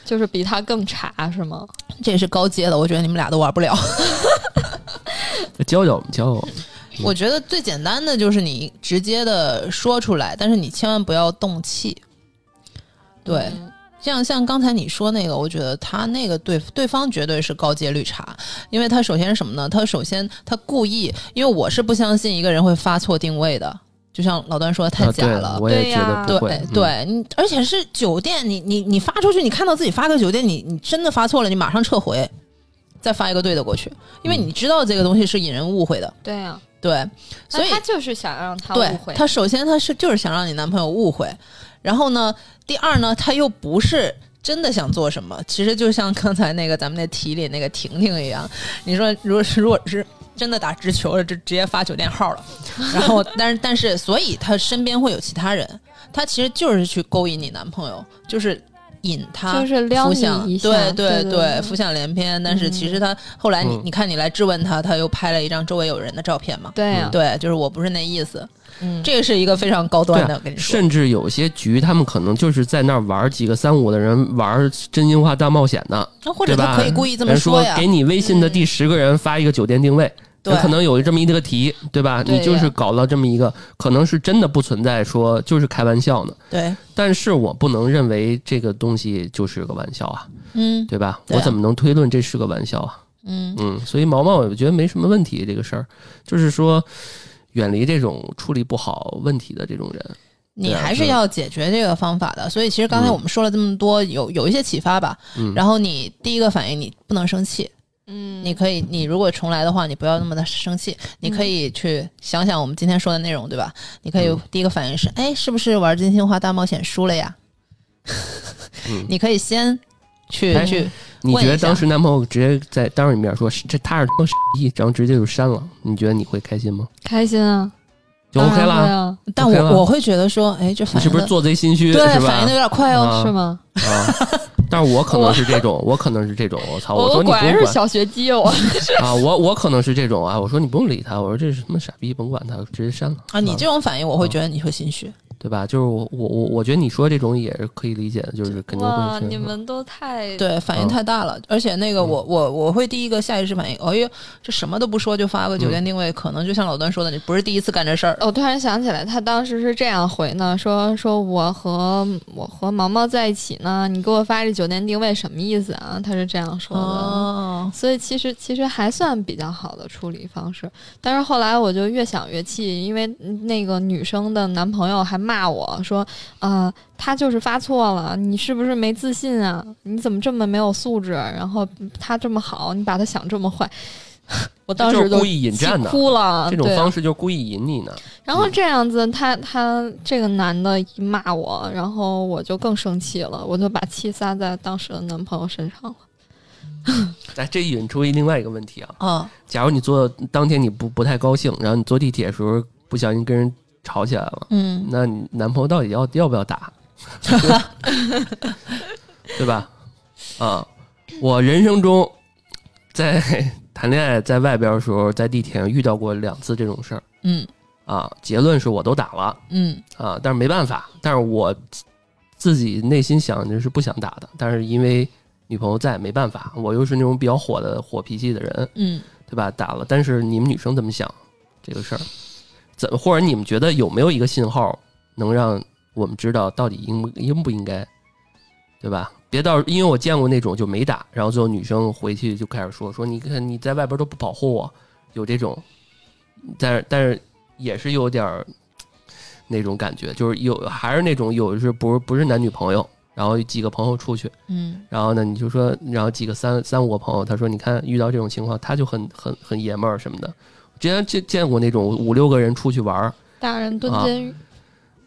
就是比他更差是吗？
这是高阶的，我觉得你们俩都玩不了。
教教我们，教教我们。
我觉得最简单的就是你直接的说出来，但是你千万不要动气。对，
嗯
像像刚才你说那个，我觉得他那个对对方绝对是高阶绿茶，因为他首先是什么呢？他首先他故意，因为我是不相信一个人会发错定位的，就像老段说的太
啊
假
对
了。
我
对
也觉
呀
得
对
不会。嗯，
对，你而且是酒店，你你你发出去，你看到自己发个酒店，你你真的发错了，你马上撤回，再发一个对的过去，因为
嗯
你知道这个东西是引人误会的，
对呀、啊，
对，所以
那他就是想让他
对
误会。
他首先他是就是想让你男朋友误会，然后呢，第二呢，他又不是真的想做什么，其实就像刚才那个咱们那题里那个婷婷一样，你说如果是如果是。真的打直球了，就直接发酒店号了。然后，但是但是，所以他身边会有其他人，他其实就是去勾引你男朋友，就是引他，
就是撩
浮
你
想
一下，
对
对
对，浮想联翩。但是其实他后来你
嗯
你看你来质问他，他又拍了一张周围有人的照片嘛，
对呀、
对，就是我不是那意思，
嗯
这个是一个非常高
对
端的，
啊
我跟你说，
甚至有些局，他们可能就是在那儿玩几个三五的人玩真心话大冒险呢，
那或者
对
他
吧？
可以故意这么
人说
呀嗯
给，你微信的第十个人发一个酒店定位，
对
人可能有这么一个题，对吧？
对呀
你就是搞了这么一个，可能是真的不存在，说就是开玩笑呢。
对，
但是我不能认为这个东西就是个玩笑啊，
嗯
对吧？
对啊
我怎么能推论这是个玩笑啊？
嗯，
嗯，所以毛毛我觉得没什么问题，这个事儿就是说远离这种处理不好问题的这种人。
你
对啊嗯
还是
对
要解决这个方法的。所以其实刚才我们说了这么多，有有一些启发吧。
嗯
然后你第一个反应，你不能生气，
嗯，
你可以，你如果重来的话，你不要那么的生气，你可以去想想我们今天说的内容，对吧？你可以
嗯
第一个反应是，哎，是不是玩真心话大冒险输了呀？你可以先去
哎
去，
嗯你觉
问
得
一下
当时男朋友直接在当着你面说是这他是他妈傻逼，然后直接就删了，你觉得你会开心吗？
开心啊，
就 OK
当然会
啦，
啊，
但
OK 了
我我会觉得说，哎，这
你
反
是
应
不是
得
做贼心虚
对
是
反应
吧
得有？点快哦。
啊
是吗？
啊，但是我可能是这种，我可能是这种，啊我操！说
我
你不
果然
用
是
管
小学鸡，我
啊，我我可能是这种啊，我说你不用理他，我说这是他妈傻逼，甭管他，直接删了
啊，你这种反应我会觉得你会心虚，
对吧？就是我我我我觉得你说这种也是可以理解的，就是肯定
哇，
会
你
是。嗯
们都太
对，反应太大了，而且那个我我我会第一个下意识反应，哎呦，这什么都不说就发个
嗯
酒店定位，可能就像老段说的，你不是第一次干这事儿。
我哦突然想起来，他当时是这样回呢，说说我和我和毛毛在一起呢，你给我发这酒店定位什么意思啊？他是这样说的。
哦，
所以其实其实还算比较好的处理方式，但是后来我就越想越气，因为那个女生的男朋友还骂我说，呃，他就是发错了，你是不是没自信啊？你怎么这么没有素质？啊然后他这么好，你把他想这么坏， 我当
就是
时
故意引
气
战的，
哭了。
这种
啊对
方式就是故意引你呢。
然后这样子，他他这个男的一骂我，然后我就更生气了，我就把气撒在当时的男朋友身上了。
哎，这引出另外一个问题啊，
哦，
假如你坐当天你不不太高兴，然后你坐地铁的时候不小心跟人吵起来了，
嗯，
那你男朋友到底要要不要打？ 对吧？啊，我人生中在谈恋爱在外边的时候，在地铁上遇到过两次这种事儿
嗯
啊，结论是我都打了
嗯
啊，但是没办法，但是我自己内心想着是不想打的，但是因为女朋友在，没办法，我又是那种比较火的火脾气的人，
嗯，
对吧？打了，但是你们女生怎么想这个事儿？怎或者你们觉得有没有一个信号能让我们知道到底应不应不应该，对吧？别到因为我见过那种就没打，然后最后女生回去就开始说说你看你在外边都不保护我，有这种，但是但是也是有点儿那种感觉，就是有还是那种有是不是不是男女朋友，然后几个朋友出去，
嗯
然后呢，你就说，然后几个三三五个朋友，他说，你看遇到这种情况，他就很很很爷们儿什么的。之前见见过那种五六个人出去玩儿，
大人蹲
啊
监狱。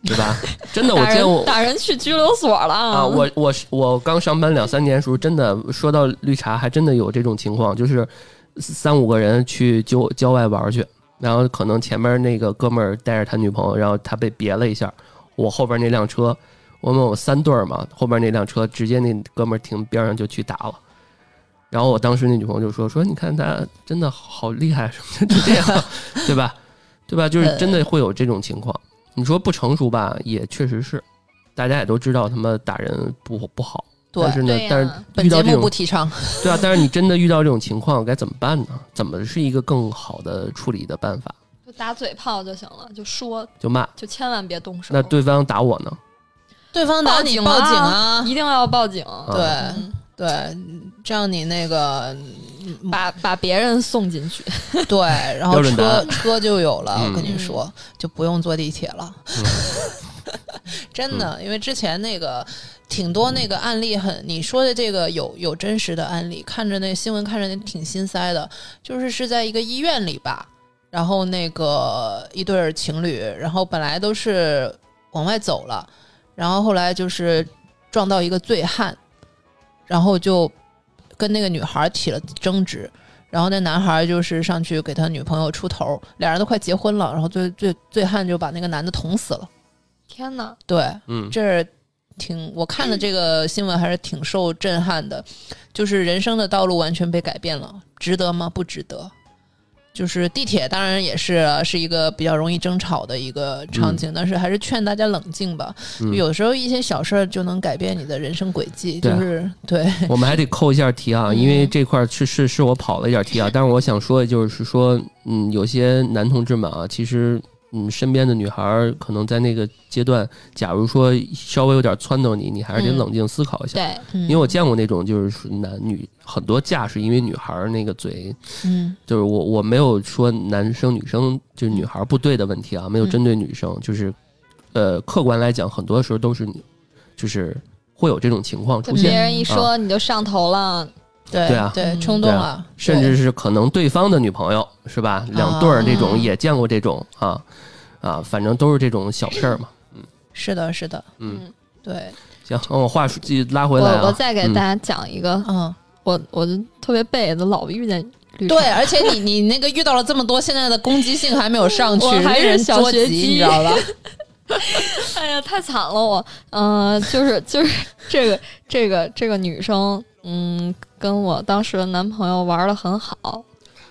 对吧？真的，我
打
见
人
过
打人去拘留所了
啊，我我是我刚上班两三年的时候，真的说到绿茶，还真的有这种情况，就是三五个人去郊郊外玩儿去，然后可能前面那个哥们儿带着他女朋友，然后他被别了一下，我后边那辆车，我们有三对儿嘛，后边那辆车直接那哥们儿停边上就去打了。然后我当时那女朋友就说：“说你看他真的好厉害，什么的，就这样，对吧？对吧？就是真的会有这种情况。你说不成熟吧，也确实是，大家也都知道他妈打人不不好，
对
但是呢
对呀，
但是
本
遇
节
到这
目不
种
提倡。
对啊，但是你真的遇到这种情况该怎么办呢？怎么是一个更好的处理的办法？
就打嘴炮就行了，就说，
就骂，
就千万别动手。
那对方打我呢？
对方打
报
你
警
报警
啊
啊，嗯
一定要报警，
啊
对对，这样你那个
把把别人送进去。
对，然后
标准答
车
案
车就有了，我跟你
嗯
说，就不用坐地铁了。
嗯
真的，因为之前那个挺多那个案例很，你说的这个有有真实的案例，看着那新闻看着那挺心塞的，就是是在一个医院里吧，然后那个一对儿情侣，然后本来都是往外走了，然后后来就是撞到一个醉汉，然后就跟那个女孩起了争执，然后那男孩就是上去给他女朋友出头，俩人都快结婚了，然后醉醉醉汉就把那个男的捅死了。
天哪，
对，
嗯，
这儿挺我看了这个新闻还是挺受震撼的，就是人生的道路完全被改变了，值得吗？不值得。就是地铁当然也是啊是一个比较容易争吵的一个场景，但是还是劝大家冷静吧。
嗯
有时候一些小事儿就能改变你的人生轨迹，
对
就
啊
是对，
我们还得扣一下题啊，
嗯
因为这块儿是是是我跑了一点题啊，但是我想说的就是说，嗯，有些男同志们啊，其实嗯，身边的女孩儿可能在那个阶段，假如说稍微有点撺掇你，你还是得
嗯
冷静思考一下。
对，
因
因为我见过那种，就是男女很多架是因为女孩儿那个嘴，
嗯
就是我我没有说男生女生就是女孩儿不对的问题啊，没有
嗯
针对女生，就是呃客观来讲，很多时候都是你就是会有这种情况
跟
出现
别。人一说你就上头了，
对
对啊
对
嗯
冲动
对啊
了，
甚至是可能对方的女朋友是吧？两对儿这种也见过这种啊啊，反正都是这种小事儿嘛。
是的，是的，
嗯，
对，
行，那我话继续拉回
我
来
我
啊。
再给大家讲一个，
嗯，
我我就特别背的，老遇见绿茶
对，而且你你那个遇到了这么多，现在的攻击性还没有上去，
我还是
令人
小
捉
学
急
鸡
你知道吧？
哎呀，太惨了我，嗯、就是就是这个这个这个女生，嗯，跟我当时的男朋友玩的很好，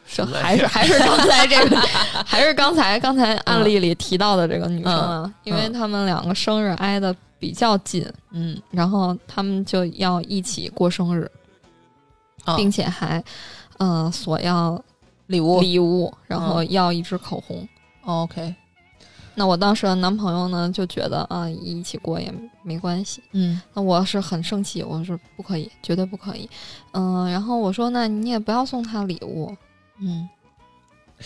是还是还是刚才这 个，还是刚才刚才
嗯
案例里提到的这个女生啊，因为他们两个生日挨得比较近，
嗯，
然后他们就要一起过生日，
哦
并且还嗯、呃索要
礼物嗯哦
礼物，然后要一支口红。
，OK，
那我当时的男朋友呢就觉得啊、一起过也没关系。
嗯
那我是很生气，我说不可以，绝对不可以。嗯、然后我说那你也不要送他礼物。
嗯，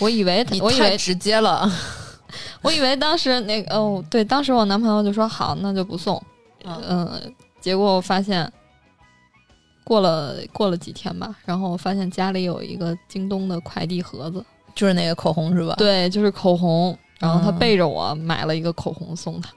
我以为
你
我以
太
为
直接了，
我以为当时那个哦，对，当时我男朋友就说好，那就不送。
嗯
嗯、结果我发现过了过了几天吧，然后我发现家里有一个京东的快递盒子，
就是那个口红是吧？，
对，就是口红。然后他
啊嗯
背着我买了一个口红送他，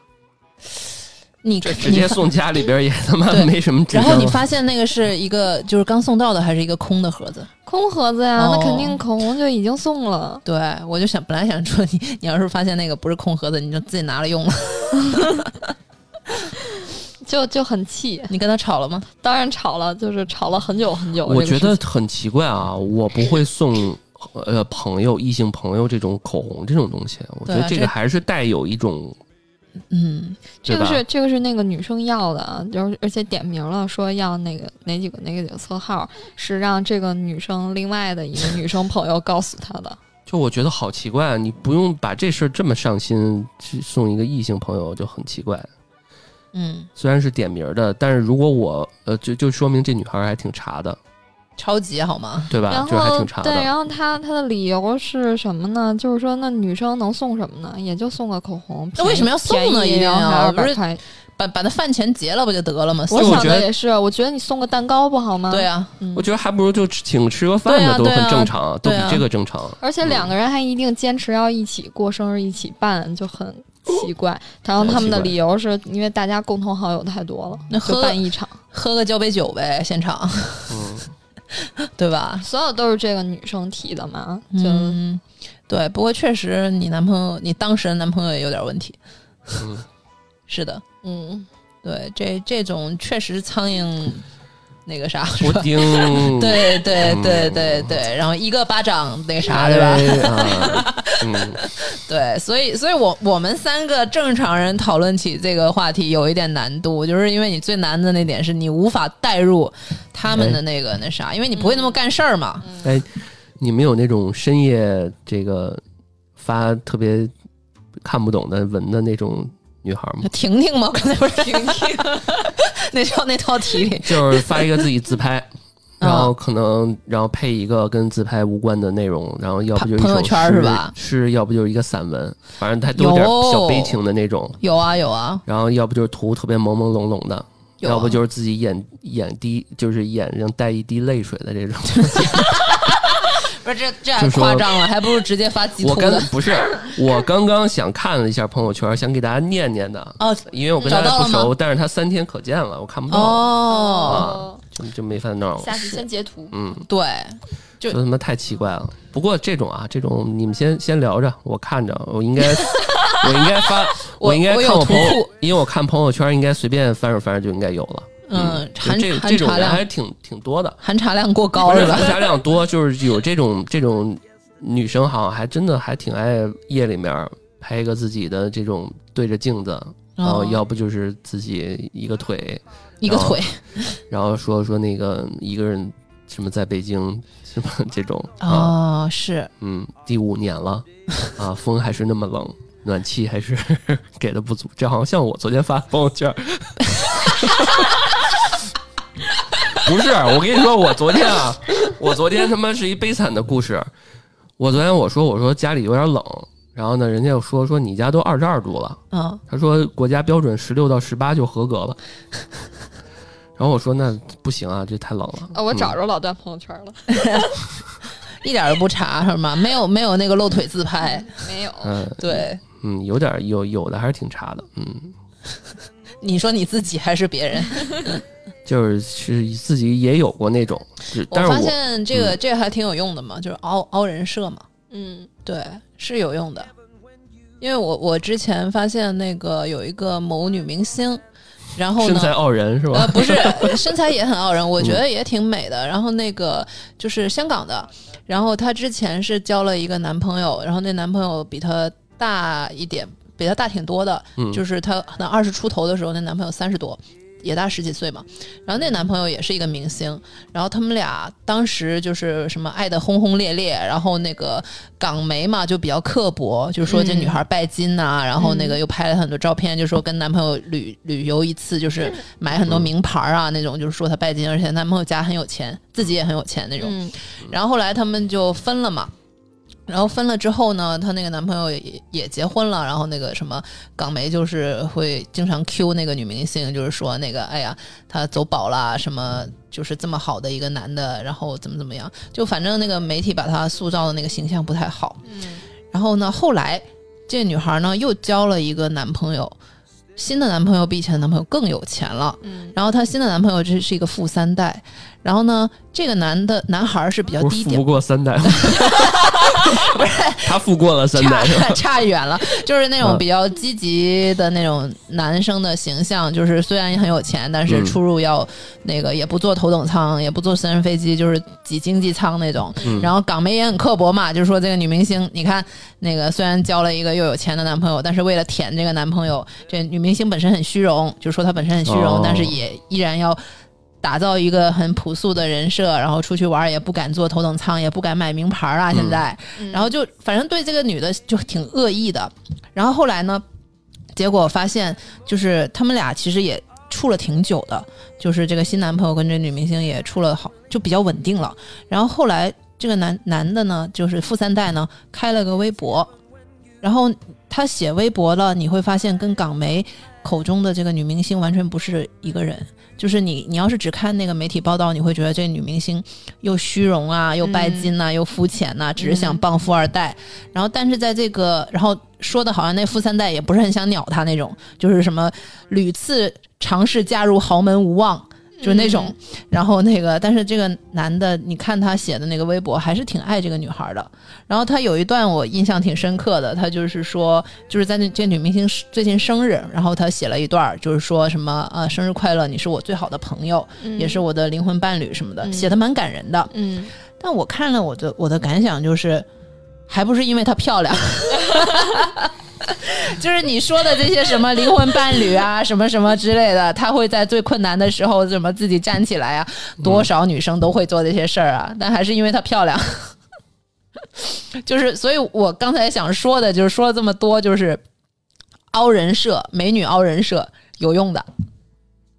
你
这直接
你
送家里边也他妈
对
没什么智
然
商。
后你发现那个是一个就是刚送到的，还是一个空的盒子？
空盒子呀，那肯定
哦
口红就已经送了。
对，我就想本来想说你，你要是发现那个不是空盒子，你就自己拿了用了。
就就很气，
你跟他吵了吗？
当然吵了，就是吵了很久很久。
我
这
觉
个
得
事
很奇怪啊，我不会送呃朋友、异性朋友这种口红这种东西，我觉
对
得
啊
这
这
个还是带有一种
嗯，
情这个
对吧
是这个是那个女生要的啊，就是而且点名了，说要那个哪几个哪几个色号，是让这个女生另外的一个女生朋友告诉她 的。
就我觉得好奇怪，啊你不用把这事儿这么上心去送一个异性朋友就很奇怪。
嗯，
虽然是点名儿的，但是如果我呃，就就说明这女孩儿还挺茶的，
超级好吗？
对吧
然？
啊就是还
后
挺茶
对，
啊
的。
然后她她的理由是什么呢？就是说那女生能送什么呢？也就送个口红。
那为什么要送呢
便宜
一定要
然后还二
不
百
是
块。
把把那饭钱结了不就得了吗？送
我
我
想
觉
的
得
也是，我觉得你送个蛋糕不好吗？
对啊，
嗯
我觉得还不如就请吃个饭
对啊
的都
对啊
很正常，都比
对啊
这个正常。
而且两个人还一定坚持要一起过生日，一起办，就很奇
嗯
怪。然后他们的理由是因为大家共同好友太多了，
那
就
喝
办一场，
喝个交杯酒呗，现场，
嗯，
对吧？
所有都是这个女生提的嘛，就、
嗯，对。不过确实，你男朋友，你当时的男朋友也有点问题。
嗯，
是的，
嗯，
对，这这种确实苍蝇那个啥，
布丁，
对对对
嗯
对对，然后一个巴掌那个啥，
哎
对吧？
啊嗯，
对，所以，所以我我们三个正常人讨论起这个话题有一点难度，就是因为你最难的那点是你无法代入他们的那个那啥，因为你不会那么干事儿嘛。
哎，你们有那种深夜这个发特别看不懂的文的那种女孩吗？
婷婷嘛，刚才不是婷婷，那叫那套题里，
就是发一个自己自 拍， 然后可能然后配一个跟自拍无关的内容，然后要不就一
朋友
首
圈
诗
是吧
诗要不就是一个散文，反正它都有点
有
小悲情的那种。
有啊有啊
然后要不就是图特别朦朦胧胧的，
有啊，
要不就是自己眼眼滴就是眼睛带一滴泪水的这种。
不是这这还
就说
夸张了，还不如直接发截
我
图
刚
的。
不是我刚刚想看了一下朋友圈，想给大家念念的，
哦
因为我跟
找
大家
到
不
了吗
熟，但是他三天可见了，我看不到，
哦，
哦就就没法弄了。
下次先截图。
嗯，
对，
就他妈太奇怪了。不过这种啊，这种你们先先聊着，我看着，我应该， 我应该发，
我
应该
我有
看我
图
朋友
库，
因为我看朋友圈，应该随便翻着翻着就应该有了。
嗯
就
含
这
含
这种
茶
人
量
还挺挺多的，
含茶量过高
不
是
是
吧
含？茶量多，就是有这种这种女生，好像还真的还挺爱夜里面拍一个自己的这种对着镜子，然后
哦
要哦不就是自己一个腿，
一个腿
然后说说那个一个人什么在北京什么 这种啊。
哦，是
嗯，第五年了，啊，风还是那么冷，暖气还是 给的不足。这好像像我昨天发的朋友圈儿， 不是，我跟你说，我昨天啊，我昨天他妈是一悲惨的故事。我昨天我说我说家里有点冷，然后呢，人家又说说你家都二十二度了，
嗯，
他说国家标准十六到十八就合格了。 然后我说那不行啊，这太冷了。
哦，我找着老段朋友圈了，
一点儿都不茶是吗？没有没有那个露腿自拍，
没有。
嗯
对。
嗯，有点有有的还是挺差的，嗯。
你说你自己还是别人？
就是是自己也有过那种，是但是
发
我嗯
现这个、这个还挺有用的嘛，就是凹凹人设嘛，
嗯，
对，是有用的。因为我我之前发现那个有一个某女明星，然后
身材
呢？
傲人是
呃，
吧？嗯
不 是，身材也很傲人，我觉得也挺美的。然后那个就是香港的，然后她之前是交了一个男朋友，然后那男朋友比她大一点，比她大挺多的，
嗯
就是她可能二十出头的时候，那男朋友三十多，也大十几岁嘛。然后那男朋友也是一个明星，然后他们俩当时就是什么爱的轰轰烈烈，然后那个港媒嘛就比较刻薄，就说这
嗯
女孩拜金呐、然后那个又拍了很多照片，就说跟男朋友旅旅游一次就是买很多名牌啊那种，就是说她拜金，而且男朋友家很有钱，自己也很有钱那种。
嗯
然后后来他们就分了嘛。然后分了之后呢，她那个男朋友也也结婚了，然后那个什么港媒就是会经常 Q 那个女明星，就是说那个哎呀，她走宝啦，什么就是这么好的一个男的，然后怎么怎么样，就反正那个媒体把她塑造的那个形象不太好。
嗯
然后呢，后来这女孩呢又交了一个男朋友，新的男朋友比以前的男朋友更有钱了，
嗯
然后她新的男朋友这是一个富三代，然后呢，这个男的男孩儿是比较
不是
低
富
调
不，过 三代，他富过了三代
差
是吧？
差远了，就是那种
嗯
比较积极的那种男生的形象，就是虽然很有钱，但是
嗯
出入要那个也不坐头等舱，也不坐私人飞机，就是挤经济舱那种。
嗯
然后港媒也很刻薄嘛，就说这个女明星，你看那个虽然交了一个又有钱的男朋友，但是为了舔这个男朋友，这女明星本身很虚荣，就说她本身很虚荣，
哦
但是也依然要。打造一个很朴素的人设，然后出去玩儿也不敢坐头等舱，也不敢买名牌儿啊！现在，
嗯
然后就反正对这个女的就挺恶意的。然后后来呢，结果发现就是他们俩其实也处了挺久的，就是这个新男朋友跟这女明星也处了好，就比较稳定了。然后后来这个男男的呢，就是富三代呢，开了个微博，然后他写微博了，你会发现跟港媒口中的这个女明星完全不是一个人。就是你，你要是只看那个媒体报道，你会觉得这女明星又虚荣啊，又拜金呐、又肤浅呐、只是想傍富二代。然后，但是在这个，然后说的好像那富三代也不是很想鸟她那种，就是什么屡次尝试嫁入豪门无望，就是那种。然后那个，但是这个男的，你看他写的那个微博，还是挺爱这个女孩的。然后他有一段我印象挺深刻的，他就是说，就是在那这女明星最近生日，然后他写了一段儿，就是说什么呃生日快乐，你是我最好的朋友，也是我的灵魂伴侣什么的，
嗯
写的蛮感人的。
嗯
但我看了我的我的感想就是，还不是因为她漂亮， 就是你说的这些什么灵魂伴侣啊，什么什么之类的，她会在最困难的时候怎么自己站起来啊？多少女生都会做这些事儿啊，但还是因为她漂亮。 就是，所以我刚才想说的，就是说了这么多，就是凹人设，美女凹人设有用的。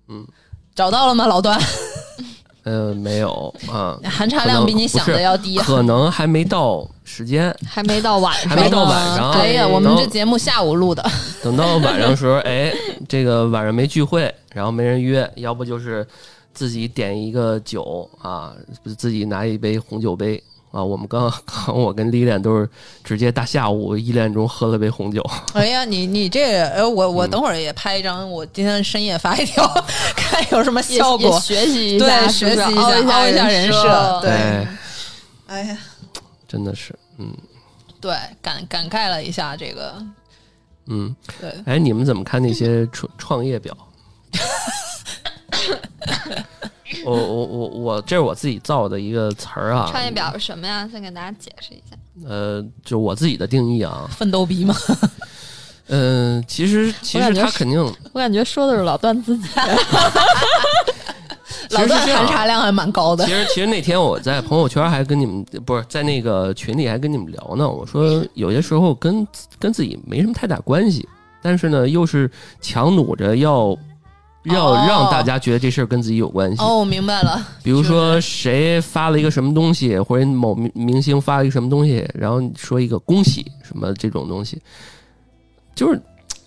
嗯，
找到了吗，老段？
呃，没有啊，
含茶量比你想的要低。
可能还没到时间，
还没到晚
还
上，
没到晚上。啊
哎呀，我们
等
这节目下午录的，
等到晚上的时候，哎，这个晚上没聚会，然后没人约，要不就是自己点一个酒啊，自己拿一杯红酒杯啊。我们刚 刚我跟李恋都是直接大下午一点钟喝了杯红酒，
哎呀，你你这个，呃，我我等会儿也拍一张，我今天深夜发一条， 看有什么
也
效
也
果。
学习一下，
对，
是
学
不
习
是
一下，
凹
凹一下
人
设。对，
哎，
哎呀，
真的是，嗯
对，感感慨了一下这个，
嗯，
对，
哎，你们怎么看那些创创 业表？我我我我，这是我自己造的一个词儿啊，
创业表是什么呀？再给大家解释一下。
呃，就我自己的定义啊，
奋斗逼嘛。
嗯、其实其
我
实
感觉
他
是
肯定，
我感觉说的是老段自己。
其
老
实
段
是这
含
样啊
茶量还蛮高的
其。实其实那天我在朋友圈还跟你们，不是在那个群里还跟你们聊呢。我说有些时候跟跟自己没什么太大关系，但是呢，又是强努着要要
哦
让大家觉得这事儿跟自己有关系。
哦，我明白了，
比如说谁发了一个什么东西，或者某明明星发了一个什么东西，然后你说一个恭喜什么这种东西，就是，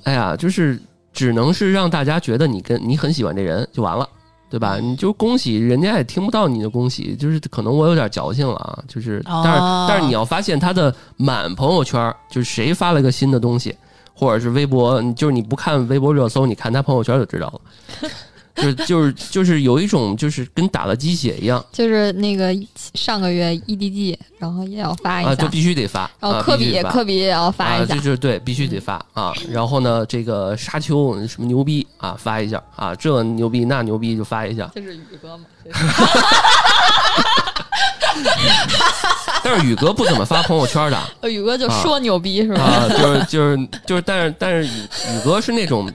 哎呀，就是只能是让大家觉得你跟你很喜欢这人就完了，对吧？
嗯
你就恭喜人家也听不到你的恭喜，就是可能我有点矫情了啊，就是，
哦
但是、但是你要发现他的满朋友圈就是谁发了个新 的东西，或者是微博，你就是你不看微博热搜，你看他朋友圈就知道了。就是就是就是有一种就是跟打了鸡血一样
就是那个上个月 EDG，然后也要发一
啊，
下，
就必须得发。
然后
啊
哦科比
必须
也
得发
科比也要发
啊，
一
这
下，
就是对，必须得发啊。然后呢，这个沙丘什么牛逼啊，发一下啊，这牛逼那牛逼就发一下。
就是宇哥嘛，
但是宇哥不怎么发朋友圈的
呃宇哥就说牛逼是吧？
啊，就是就是就是，但是但是宇宇哥是那种，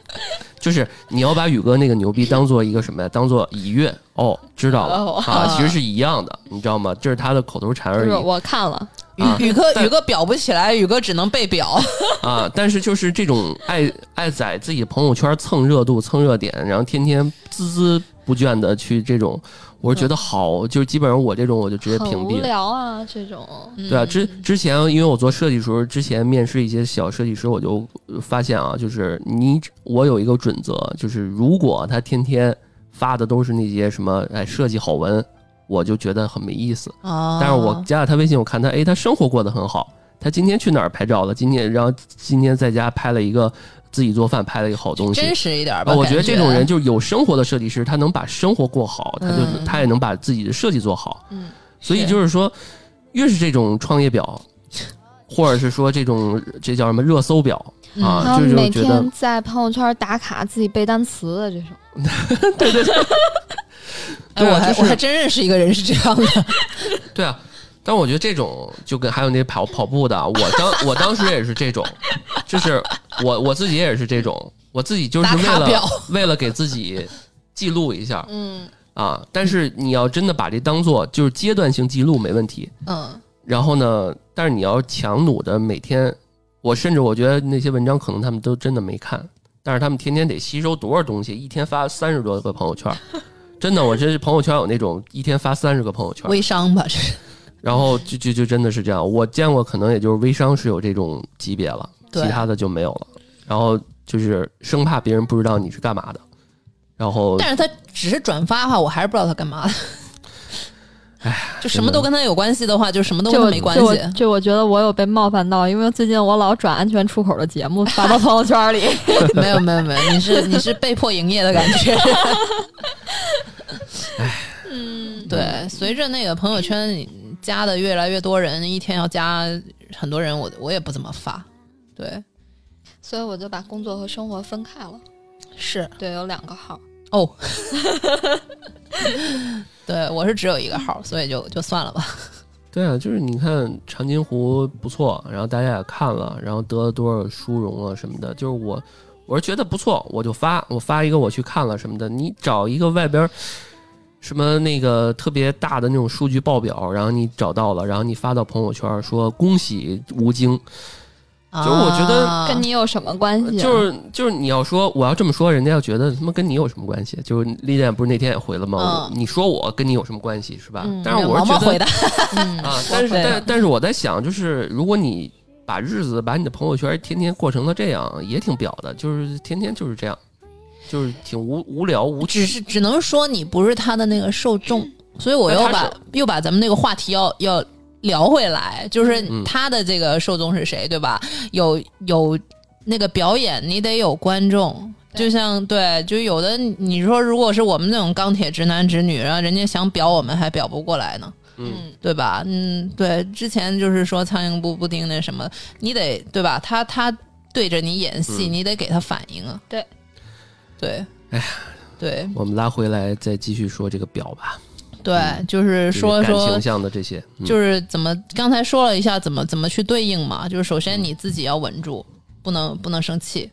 就是你要把宇哥那个牛逼当做一个什么呀？当做以乐哦，知道了
哦
啊，其实是一样的，你知道吗？这是他的口头禅
就
而
是
已
我看了，
宇
啊
宇哥
但
宇哥表不起来，宇哥只能被表。
啊。但是就是这种爱爱在自己朋友圈蹭热度、蹭热点，然后天天孜孜不倦的去这种，我是觉得好，就是基本上我这种我就直接
很
屏
无
蔽。
聊啊，这种
对
嗯
啊，之之前因为我做设计的时候，之前面试一些小设计师，我就呃发现啊，就是你我有一个准则，就是如果他天天发的都是那些什么哎设计好文，我就觉得很没意思。
啊
但是我加了他微信，我看他哎他生活过得很好，他今天去哪儿拍照了？今天然后今天在家拍了一个自己做饭，拍了一个好东西，
真实一点吧。
啊，我觉得
感
这种人就是有生活的设计师，他能把生活过好，他就、
嗯
他也能把自己的设计做好。
嗯，
所以
是
就是说，越是这种创业表，或者是说这种这叫什么热搜表
然
啊，
嗯
后
就是
嗯每
我觉得
天在朋友圈打卡自己背单词的这种，
哎，
对
我
啊
还
就是
我还真认识一个人是这样的。
对啊。但我觉得这种就跟还有那跑跑步的啊，我当我当时也是这种，就是我我自己也是这种，我自己就是为
打卡表
了为了给自己记录一下
嗯
啊。但是你要真的把这当做就是阶段性记录没问题，
嗯，
然后呢，但是你要强弩的每天，我甚至我觉得那些文章可能他们都真的没看，但是他们天天得吸收多少东西，一天发三十多个朋友圈儿，真的，我这朋友圈有那种一天发三十个朋友圈儿，
微商吧，这是
然后就就就真的是这样，我见过可能也就是微商是有这种级别了，
对
其他的就没有了，然后就是生怕别人不知道你是干嘛的，然后
但是他只是转发的话，我还是不知道他干 嘛的。哎，就什么都跟他有关系的话，就什么都跟
这
他
我
没关
这
系
我。这我觉得我有被冒犯到，因为最近我老转安全出口的节目发到朋友圈里，
没有没有没有，你是你是被迫营业的感觉。
嗯，
对，随着那个朋友圈里加的越来越多人，一天要加很多人，我我也不怎么发。对，
所以我就把工作和生活分开了，
是
对，有两个号，
哦。 对，我是只有一个号，所以就就算了吧。
对啊，就是你看长津湖不错，然后大家也看了，然后得了多少殊荣啊什么的，就是我我是觉得不错，我就发我发一个我去看了什么的。你找一个外边儿什么那个特别大的那种数据报表，然后你找到了，然后你发到朋友圈说恭喜吴京，
就是
我觉得
跟你有什么关系啊？
就是就是你要说我要这么说，人家要觉得他妈跟你有什么关系？就是丽丽不是那天也回了吗？
嗯
你说我跟你有什么关系是吧？
嗯
但是我
毛
是觉
毛
得
回的，
嗯
啊，但是
会
但但是我在想，就是如果你把日子把你的朋友圈天天过成了这样，也挺表的，就是天天就是这样，就是挺无无聊无趣
只是只能说你不是他的那个受众，所以我又
嗯那
把
他是
又把咱们那个话题要要聊回来，就是
嗯
他的这个受众是谁，对吧？有有那个表演，你得有观众。就
对
像对，就有的你说，如果是我们那种钢铁直男直女，然后人家想表我们还表不过来呢，
嗯，
对吧？嗯，对，之前就是说苍蝇不不叮那什么，你得对吧？他他对着你演戏，
嗯
你得给他反应啊。
对，
对，
哎
对，
我们拉回来再继续说这个表吧，
对，就是
就是
说
感
说
情，向的这些，嗯
就是怎么刚才说了一下怎么怎么去对应嘛，就是首先你自己要稳住，不能不能生气，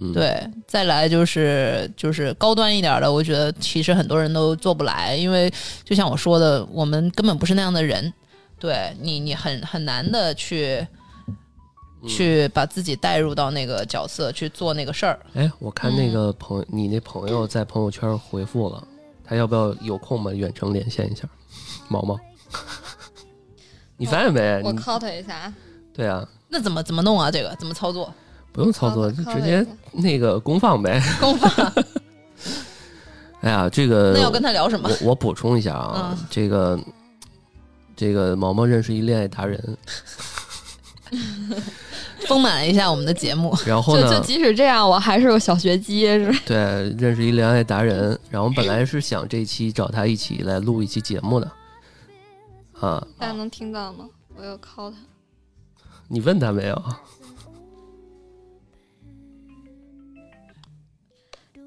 嗯
对，再来就是就是高端一点的，我觉得其实很多人都做不来，因为就像我说的，我们根本不是那样的人，对你你很很难的去。
嗯
去把自己带入到那个角色去做那个事儿，
哎，我看
嗯
那个朋你那朋友在朋友圈回复了，他要不要有空嘛远程连线一下，毛毛，你发现没？
我
你
cut 一下啊，
对啊，
那怎么怎么弄啊？这个怎么操作？
不用操作，
cut-
就
cut
直
一
接
下
那个公放呗。
公放？
哎呀，这个
那要跟他聊什么？
我我补充一下啊，
嗯
这个这个毛毛认识一恋爱达人，
丰满了一下我们的节目。
然后
就
呢？
就即使这样，我还是个小学鸡，是吧？
对，认识一恋爱达人，然后本来是想这一期找他一起来录一期节目的，啊，
大家能听到吗？我又靠他，
你问他没有？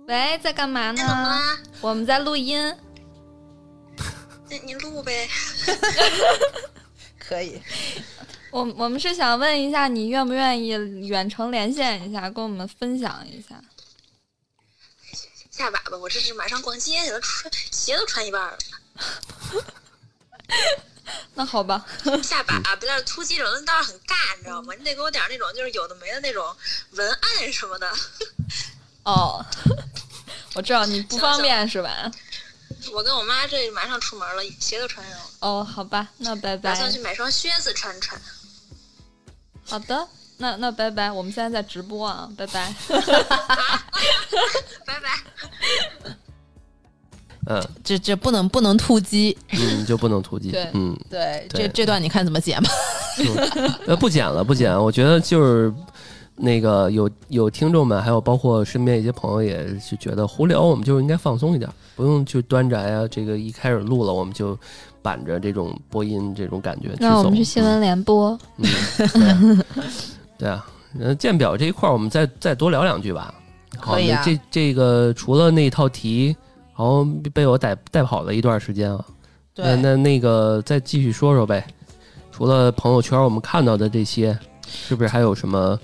喂，在干嘛
那怎么
呢？
啦？
我们在录音。
那你录呗。
可以，
我我们是想问一下，你愿不愿意远程连线一下，跟我们分享一下？
下把吧，我这是马上逛街去了，穿鞋都穿一半了。
那好吧，
下巴啊不但是突击者那倒是很尬，你知道吗？你得给我点儿那种就是有的没的那种文案什么的。
哦， 我知道你不方便是吧？
我跟我妈这马上出门了，鞋都穿上了，
哦，好吧，那拜
打
拜。
算去买双靴子穿穿。
好的，那那拜拜，我们现在在直播啊，拜 拜。
拜拜。
嗯，
这这不能不能突击。
你嗯就不能突击
对，
嗯，
对，
对
这这段你看怎么剪吧。
呃，不剪了，不剪了，我觉得就是。那个有有听众们，还有包括身边一些朋友，也是觉得胡聊，我们就应该放松一点，不用去端宅啊。这个一开始录了，我们就板着这种播音这种感觉去走。嗯
联播。
嗯，对对啊，呃，鉴表这一块儿，我们再再多聊两句吧。好，
可以啊
那这这个除了那一套题，好像被我带带跑了一段时间啊。那
对，
那那个再继续说说呗。除了朋友圈我们看到的这些，是不是还有什么？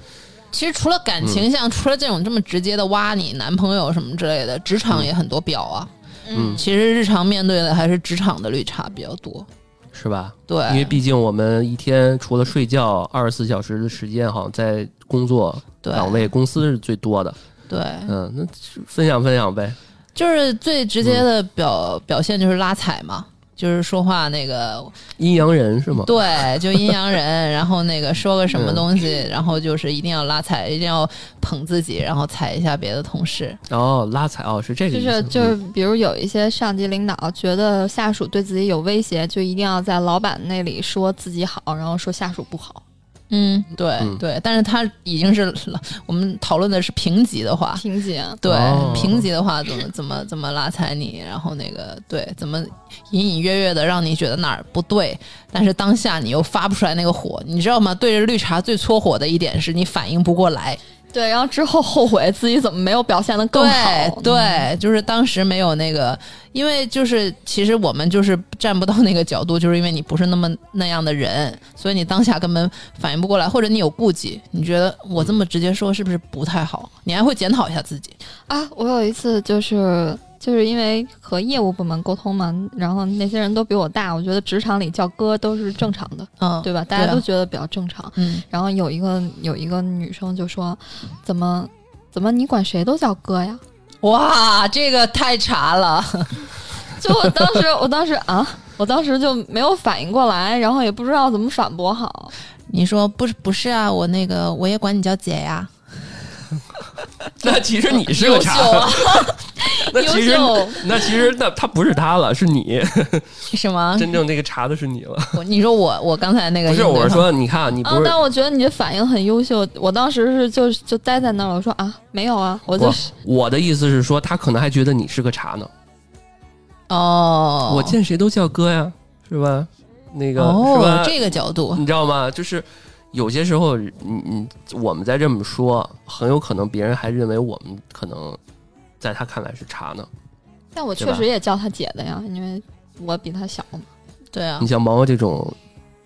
其实除了感
嗯
情像，除了这种这么直接的挖你男朋友什么之类的，职场也很多表啊。
嗯，
其实日常面对的还是职场的绿茶比较多。
是吧？
对，
因为毕竟我们一天除了睡觉，二十四小时的时间好像在工作
对
岗位、公司是最多的。
对，
嗯，那分享分享呗。
就是最直
嗯
接的表、表现就是拉踩嘛，就是说话那个
阴阳人是吗？
对，就阴阳人，然后那个说个什么
嗯
东西，然后就是一定要拉踩，一定要捧自己，然后踩一下别的同事。
哦，拉踩哦，是这个
就
意思，
是就
嗯
是，比如有一些上级领导觉得下属对自己有威胁，就一定要在老板那里说自己好，然后说下属不好。
嗯，对
嗯
对，但是他已经是我们讨论的是评级的话，
听见？
对、
哦
评级的话怎么怎么怎么拉踩你，然后那个对怎么隐隐约约的让你觉得哪儿不对，但是当下你又发不出来那个火，你知道吗？对着绿茶最搓火的一点是你反应不过来，
对，然后之后后悔自己怎么没有表现的更好。嗯
对对，就是当时没有那个，因为就是其实我们就是站不到那个角度，就是因为你不是那么那样的人，所以你当下根本反应不过来，或者你有顾忌，你觉得我这么直接说是不是不太好？你还会检讨一下自己。
啊，我有一次就是就是因为和业务部门沟通嘛，然后那些人都比我大，我觉得职场里叫哥都是正常的，
嗯，
对吧？大家
啊
都觉得比较正常。
嗯，
然后有一个有一个女生就说：“怎么怎么你管谁都叫哥呀
哇，这个太茶了，？”
就我当时我当时啊，我当时就没有反应过来，然后也不知道怎么反驳好。
你说不是不是啊？我那个我也管你叫姐呀。
那其实你是个
秀
茶，
啊？
那其实
优秀
那其实那他不是他了，是你
什
啊
么？
真正那个茶的是你了，
我你说我我刚才那个
不是？
应对
我是
方
说，你看啊，你
啊
不，是
但我觉得你的反应很优秀。我当时是就就待在那儿，我说啊，没有啊，我就
不
是，
我的意思是说，他可能还觉得你是个茶呢。
哦，
我见谁都叫哥呀，是吧？那个是
哦
吧，？
这个角度，
你知道吗？就是有些时候，你你我们在这么说，很有可能别人还认为我们可能在他看来是茶呢。
但我
对
确
吧
实也叫她姐的呀，因为我比她小嘛。
对啊
你，像毛毛这种，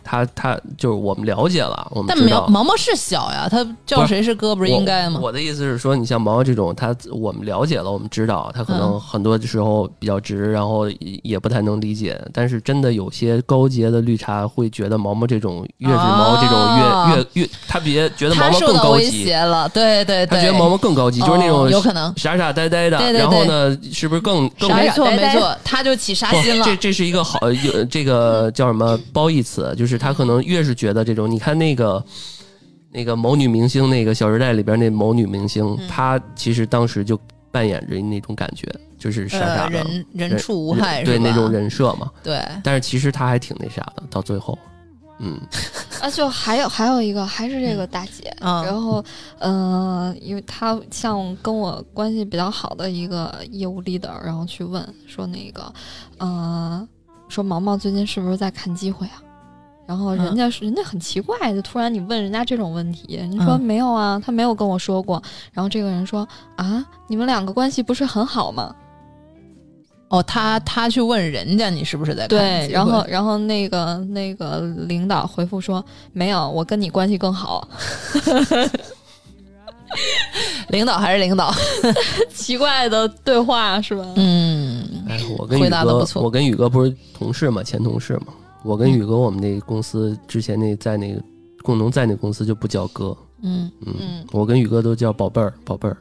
他他就是我们了解了，我们
但
知
毛
道。
毛毛是小呀，他叫谁是哥不是应该吗
我？？我的意思是说，你像毛毛这种，他我们了解了，我们知道他可
嗯
能很多时候比较直，然后也也不太能理解。但是真的有些高阶的绿茶会觉得毛毛这种越是毛这
啊
种越越越，他别觉得毛
他
毛
受
更
到
高
威
级，
胁了，对对
他
对，
觉得毛毛更高级，就是那
哦
种
有可能，
傻傻呆呆的。
对对对
然后呢，是不是更更
没
傻
错
呆
没
呆
错，他就起杀
不
心了
这。这是一个好有这个叫什么褒义词，就是他可能越是觉得这种，你看那个那个某女明星，那个《小时代》里边那某女明星，
嗯
她其实当时就扮演着那种感觉，就是傻傻
呃，
的。
人人畜无害
对
是吧
那种人设嘛，
对
但是其实她还挺那啥的，到最后嗯，
啊，就还有还有一个还是这个大姐，
嗯
然后嗯、呃因为她像跟我关系比较好的一个业务 leader，然后去问说那个，嗯、说毛毛最近是不是在看机会啊？然后人家、是人家很奇怪，就突然你问人家这种问题，人家说
嗯
没有啊，他没有跟我说过。然后这个人说啊，你们两个关系不是很好吗？
哦，他他去问人家你是不是在看
对，
机
然
会
后然后那个那个领导回复说没有，我跟你关系更好。
领导还是领导，
奇怪的对话是吧？
嗯，
哎，我跟宇
回答得
哥
不，错嗯
我跟宇哥不是同事嘛，前同事嘛。我跟宇哥，我们那公司之前那在那个共同在那公司就不叫哥，
嗯
嗯，
嗯
我跟宇哥都叫宝贝儿，宝贝儿，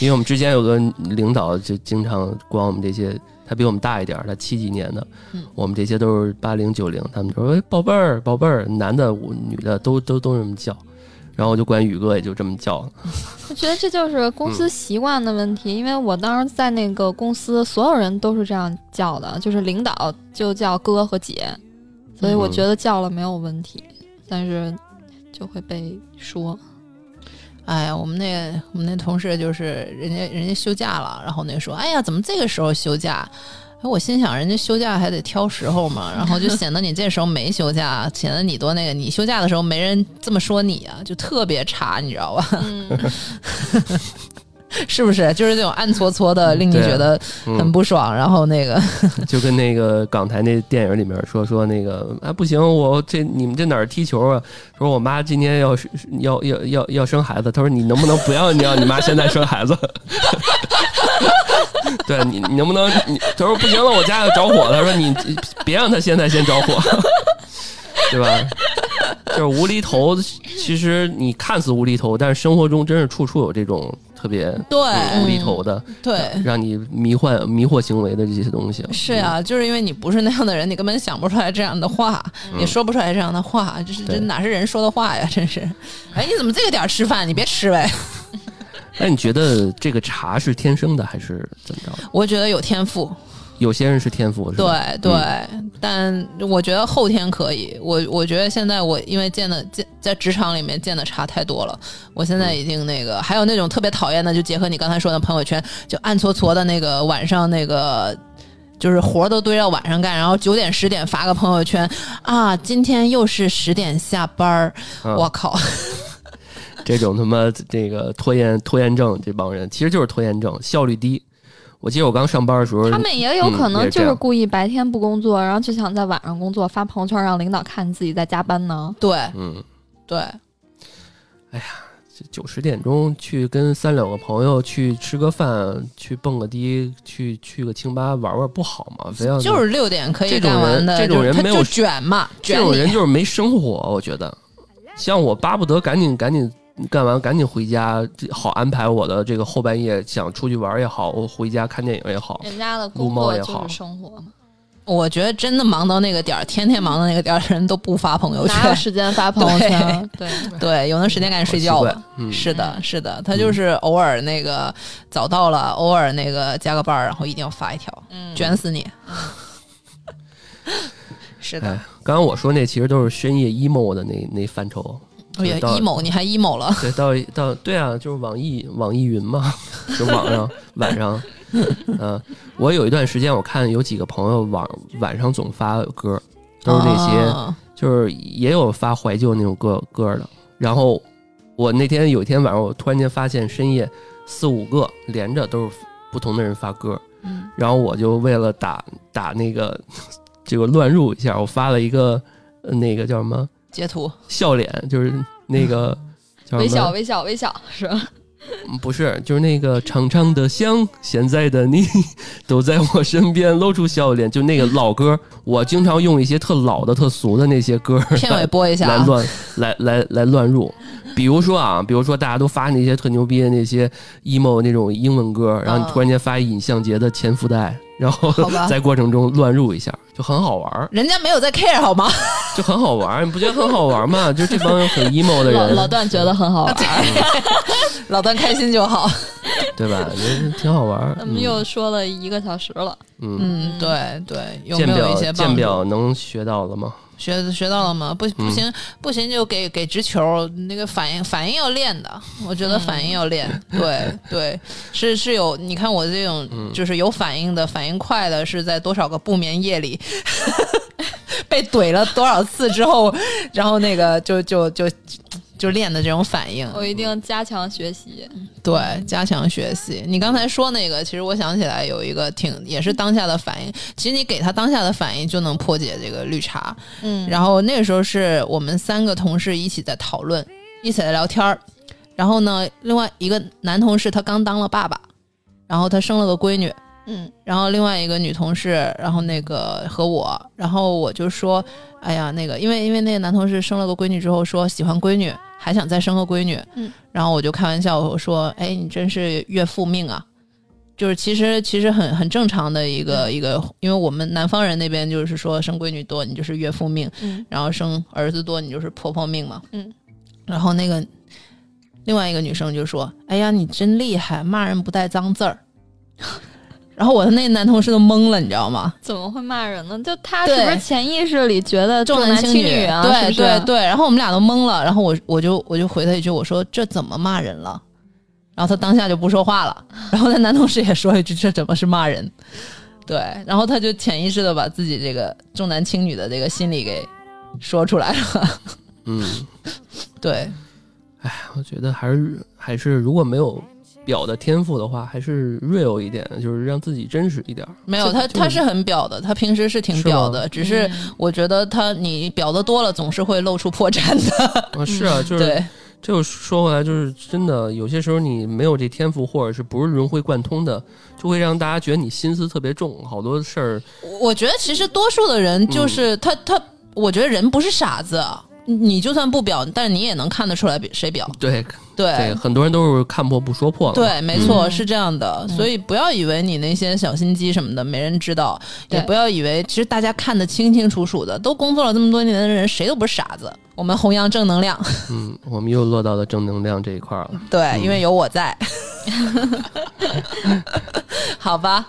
因为我们之前有个领导就经常管我们这些，他比我们大一点儿，他七几年的，
嗯
我们这些都是八零九零，他们就说、哎、宝贝儿，宝贝儿，男的我女的都都都这么叫，然后我就管宇哥也就这么叫了，
我觉得这就是公
嗯
司习惯的问题，因为我当时在那个公司，所有人都是这样叫的，就是领导就叫哥和姐，所以
嗯
我觉得叫了没有问题，但是就会被说。
哎呀，我们那我们那同事就是人家人家休假了，然后那说，哎呀，怎么这个时候休假？哎，我心想，人家休假还得挑时候嘛，然后就显得你这时候没休假，显得你多那个，你休假的时候没人这么说你啊，就特别差，你知道吧？
嗯，
是不是？就是这种暗搓搓的，令你
对啊
觉得
嗯、
很不爽，然后那个，
就跟那个港台那电影里面说说那个啊不行，我这你们这哪儿踢球啊？说我妈今天要是要要要要生孩子，她说你能不能不要你让你妈现在生孩子？ 对你，你能不能？你她说不行了，我家要着火。她说你别让她现在先着火， 对吧？就是无厘头，其实你看似无厘头，但是生活中真是处处有这种特别
对嗯
无厘头的，
对，
让你迷幻迷惑行为的这些东西。
是啊，就是因为你不是那样的人，你根本想不出来这样的话，也说不出来这样的话，这是这
对
哪是人说的话呀？真是，哎，你怎么这个点儿吃饭？你别吃呗。
那你觉得这个茶是天生的还是怎么着的？
我觉得有天赋，
有些人是天赋，是
对
吧？
对，
嗯
但我觉得后天可以。我我觉得现在我因为见的见在职场里面见的茶太多了，我现在已经那
嗯
个，还有那种特别讨厌的，就结合你刚才说的朋友圈，就暗搓搓的那个晚上那个。就是活儿都堆到晚上干，然后九点十点发个朋友圈啊，今天又是十点下班儿，
嗯
我靠！
这种他妈这个拖延拖延症，这帮人其实就是拖延症，效率低。我记得我刚上班的时候，
他们也有可
嗯也
能
是这
就
样
是故意白天不工作，然后就想在晚上工作，发朋友圈让领导看你自己在加班呢。
对
嗯，
对，
九十点钟去跟三两个朋友去吃个饭，去蹦个迪，去去个清吧玩玩，不好吗？非要
就是六点可以
嗯这种
干
人
完的，
这种
就是
人
他
没
就
有
卷嘛，
这
卷
种人
你。
就是没生活，我觉得。像我巴不得赶紧赶紧干完赶紧回家，这好安排我的这个后半夜，想出去玩也好，我回家看电影也好，
哦人家的
工
工
作
作
就
就是是生活嘛，
我觉得真的忙到那个点儿，天天忙到那个点儿的人都不发朋友圈
哪有，时间发朋友圈？对，
对，有那时间赶紧睡
好
觉
奇怪
吧。
嗯，
是的，是的，他就是偶尔那个早到了，偶尔那个加个班儿，然后一定要发一条，
嗯
卷死你。 是的
哎，刚刚我说那其实都是深夜 emo 的那那范畴。
哎呀
到
，emo，你还 emo 了？
对，到到对啊，就是网易网易云嘛， 就网上晚上，嗯、我有一段时间我看有几个朋友晚晚上总发歌，都是那些、
啊
就是也有发怀旧那种歌歌的。然后我那天有一天晚上，我突然间发现深夜四五个连着都是不同的人发歌，
嗯
然后我就为了打打那个 这个乱入一下，我发了一个呃那个叫什么
截图，
笑脸，就是那 个叫
微
什
笑
么？
微笑微笑是吧？
嗯不是，就是那个长长的香，现在的你 都在我身边，露出笑脸。就那个老歌， 我经常用一些特老的、特俗的那些歌
片尾播一下
来
啊。
乱来来来乱入。比如说啊，比如说大家都发那些特牛逼的那些 emo 那种英文歌，然后你
嗯
突然间发尹相杰的前附带，然后
好吧
在过程中乱入一下，就很好玩儿，
人家没有在 care 好 吗？
就很好玩儿，你不觉得很好玩儿吗？就这帮很 emo 的
老
人，
老段觉得很好玩，
老段开心就好。
对吧？这挺好玩儿。
咱们
嗯
又说了一个小时了，
嗯，
嗯，对对，有
鉴
没有一些
表鉴
帮助？
表能学到了吗？
学学到了吗？不不行、不行就给给直球，那个反应反应要练的，我觉得反应要练。对对，是是有，你看我这种、就是有反应的，反应快的，是在多少个不眠夜里 被怼了多少次之后，然后那个就就就就练的这种反应。
我一定加强学习。
对，加强学习。你刚才说那个，其实我想起来有一个挺也是当下的反应。其实你给他当下的反应就能破解这个绿茶。
嗯，
然后那个时候是我们三个同事一起在讨论，一起在聊天儿。然后呢，另外一个男同事他刚当了爸爸，然后他生了个闺女。
嗯，
然后另外一个女同事，然后那个和我，然后我就说，哎呀，那个因为因为那个男同事生了个闺女之后说喜欢闺女，还想再生个闺女，
嗯，
然后我就开玩笑我说，哎，你真是岳父命啊。就是其实其实很很正常的
嗯
一个一个，因为我们南方人那边就是说生闺女多，你就是岳父命，
嗯，
然后生儿子多，你就是婆婆命嘛，
嗯，
然后那个另外一个女生就说：“哎呀，你真厉害，骂人不带脏字儿。” 然后我的那男同事都懵了，你知道吗？
怎么会骂人呢？就他是
对
不是潜意识里觉得重
男
轻
女
啊？
对
是不
对
是，
对。然后我们俩都懵了，然后我我就我就回他一句，我说这怎么骂人了？然后他当下就不说 话了。然后那男同事也说一句，这怎么是骂人？对，然后他就潜意识的把自己这个重男轻女的这个心理给说出来了。
嗯，哎
对，
我觉得还是还是如果没有表的天赋的话，还是 real 一点，就是让自己真实一点儿。
没有他，
就
他是很表的，他平时是挺
嗯是
表
吗
的，只是我觉得他你表的多了，总是会露出破绽的。
啊，是啊，就是
嗯对，
这又说回来，就是真的，有些时候你没有这天赋，或者是不是融会贯通的，就会让大家觉得你心思特别重，好多事儿。
我觉得其实多数的人
嗯
就是、他他，我觉得人不是傻子，啊你就算不表，但是你也能看得出来谁表。
对
对
对，嗯很多人都是看破不说破了。
对，没错，是这样的。所以不要以为你那些小心机什么的没人知道，也
对
不要以为其实大家看得清清楚楚的，都工作了这么多年的人，谁都不是傻子。我们弘扬正能量，
嗯，我们又落到了正能量这一块儿了。
对，因为有我 在。好吧，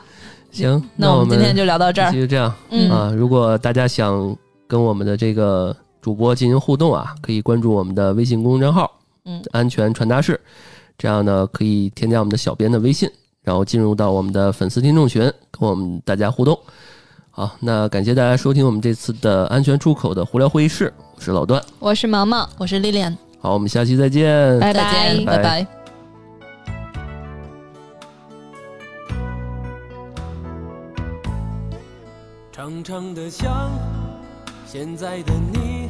行，
那我
我们
们今天就聊到这
这
儿
期。就这样、
嗯
啊。如果大家想跟我们的这个主播进行互动啊，可以关注我们的微信公众号“
嗯，
安全传达室”，这样呢可以添加我们的小编的微信，然后进入到我们的粉丝听众群，跟我们大家互动。好，那感谢大家收听我们这次的安全出口的胡聊会议室，我是老段。
我是毛毛，
我是丽莲，
好，我们下期再见。
拜
拜
见拜
拜
拜。
常常的想，现在的你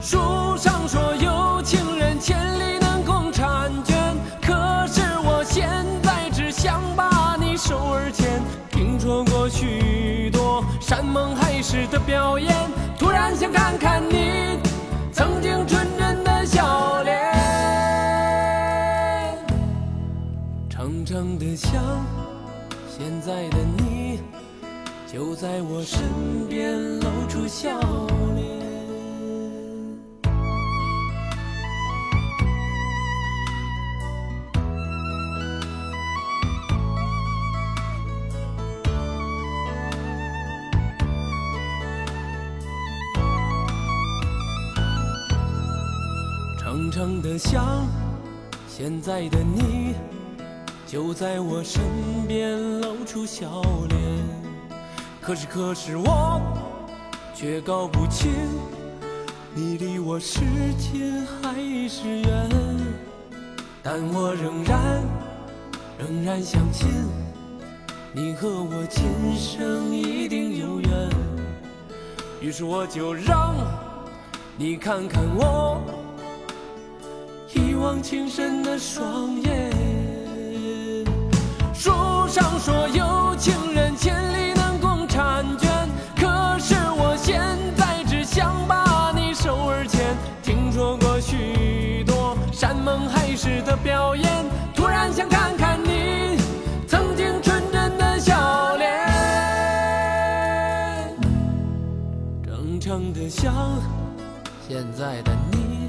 书上说有情人千里能共婵娟，可是我现在只想把你手儿牵。听说过许多山盟海誓的表演，突然想看看你曾经纯真的笑脸。常常的想，现在的你。就在我身边露出笑脸。常常的想，现在的你就在我身边露出笑脸。可是可是我却搞不清，你离我是近还是远。但我仍然仍然相信，你和我今生一定有缘。于是我就让你看看我一往情深的双眼。上说有情人千里能共婵娟，可是我现在只想把你手儿牵。听说过许多山盟海誓的表演，突然想看看你曾经纯真的笑脸。长长的想，现在的你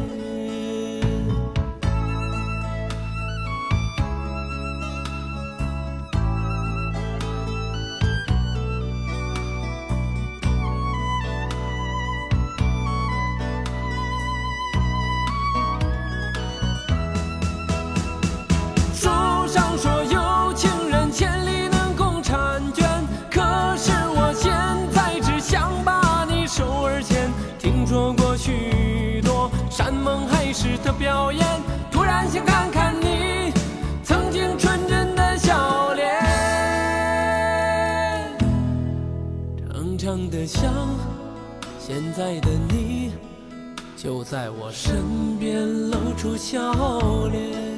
书上说有情人千里能共婵娟，可是我现在只想把你手儿牵。听说过许多山盟海誓的表演，突然想看看你曾经纯真的笑脸。长长的想，现在的你就在我身边，露出笑脸。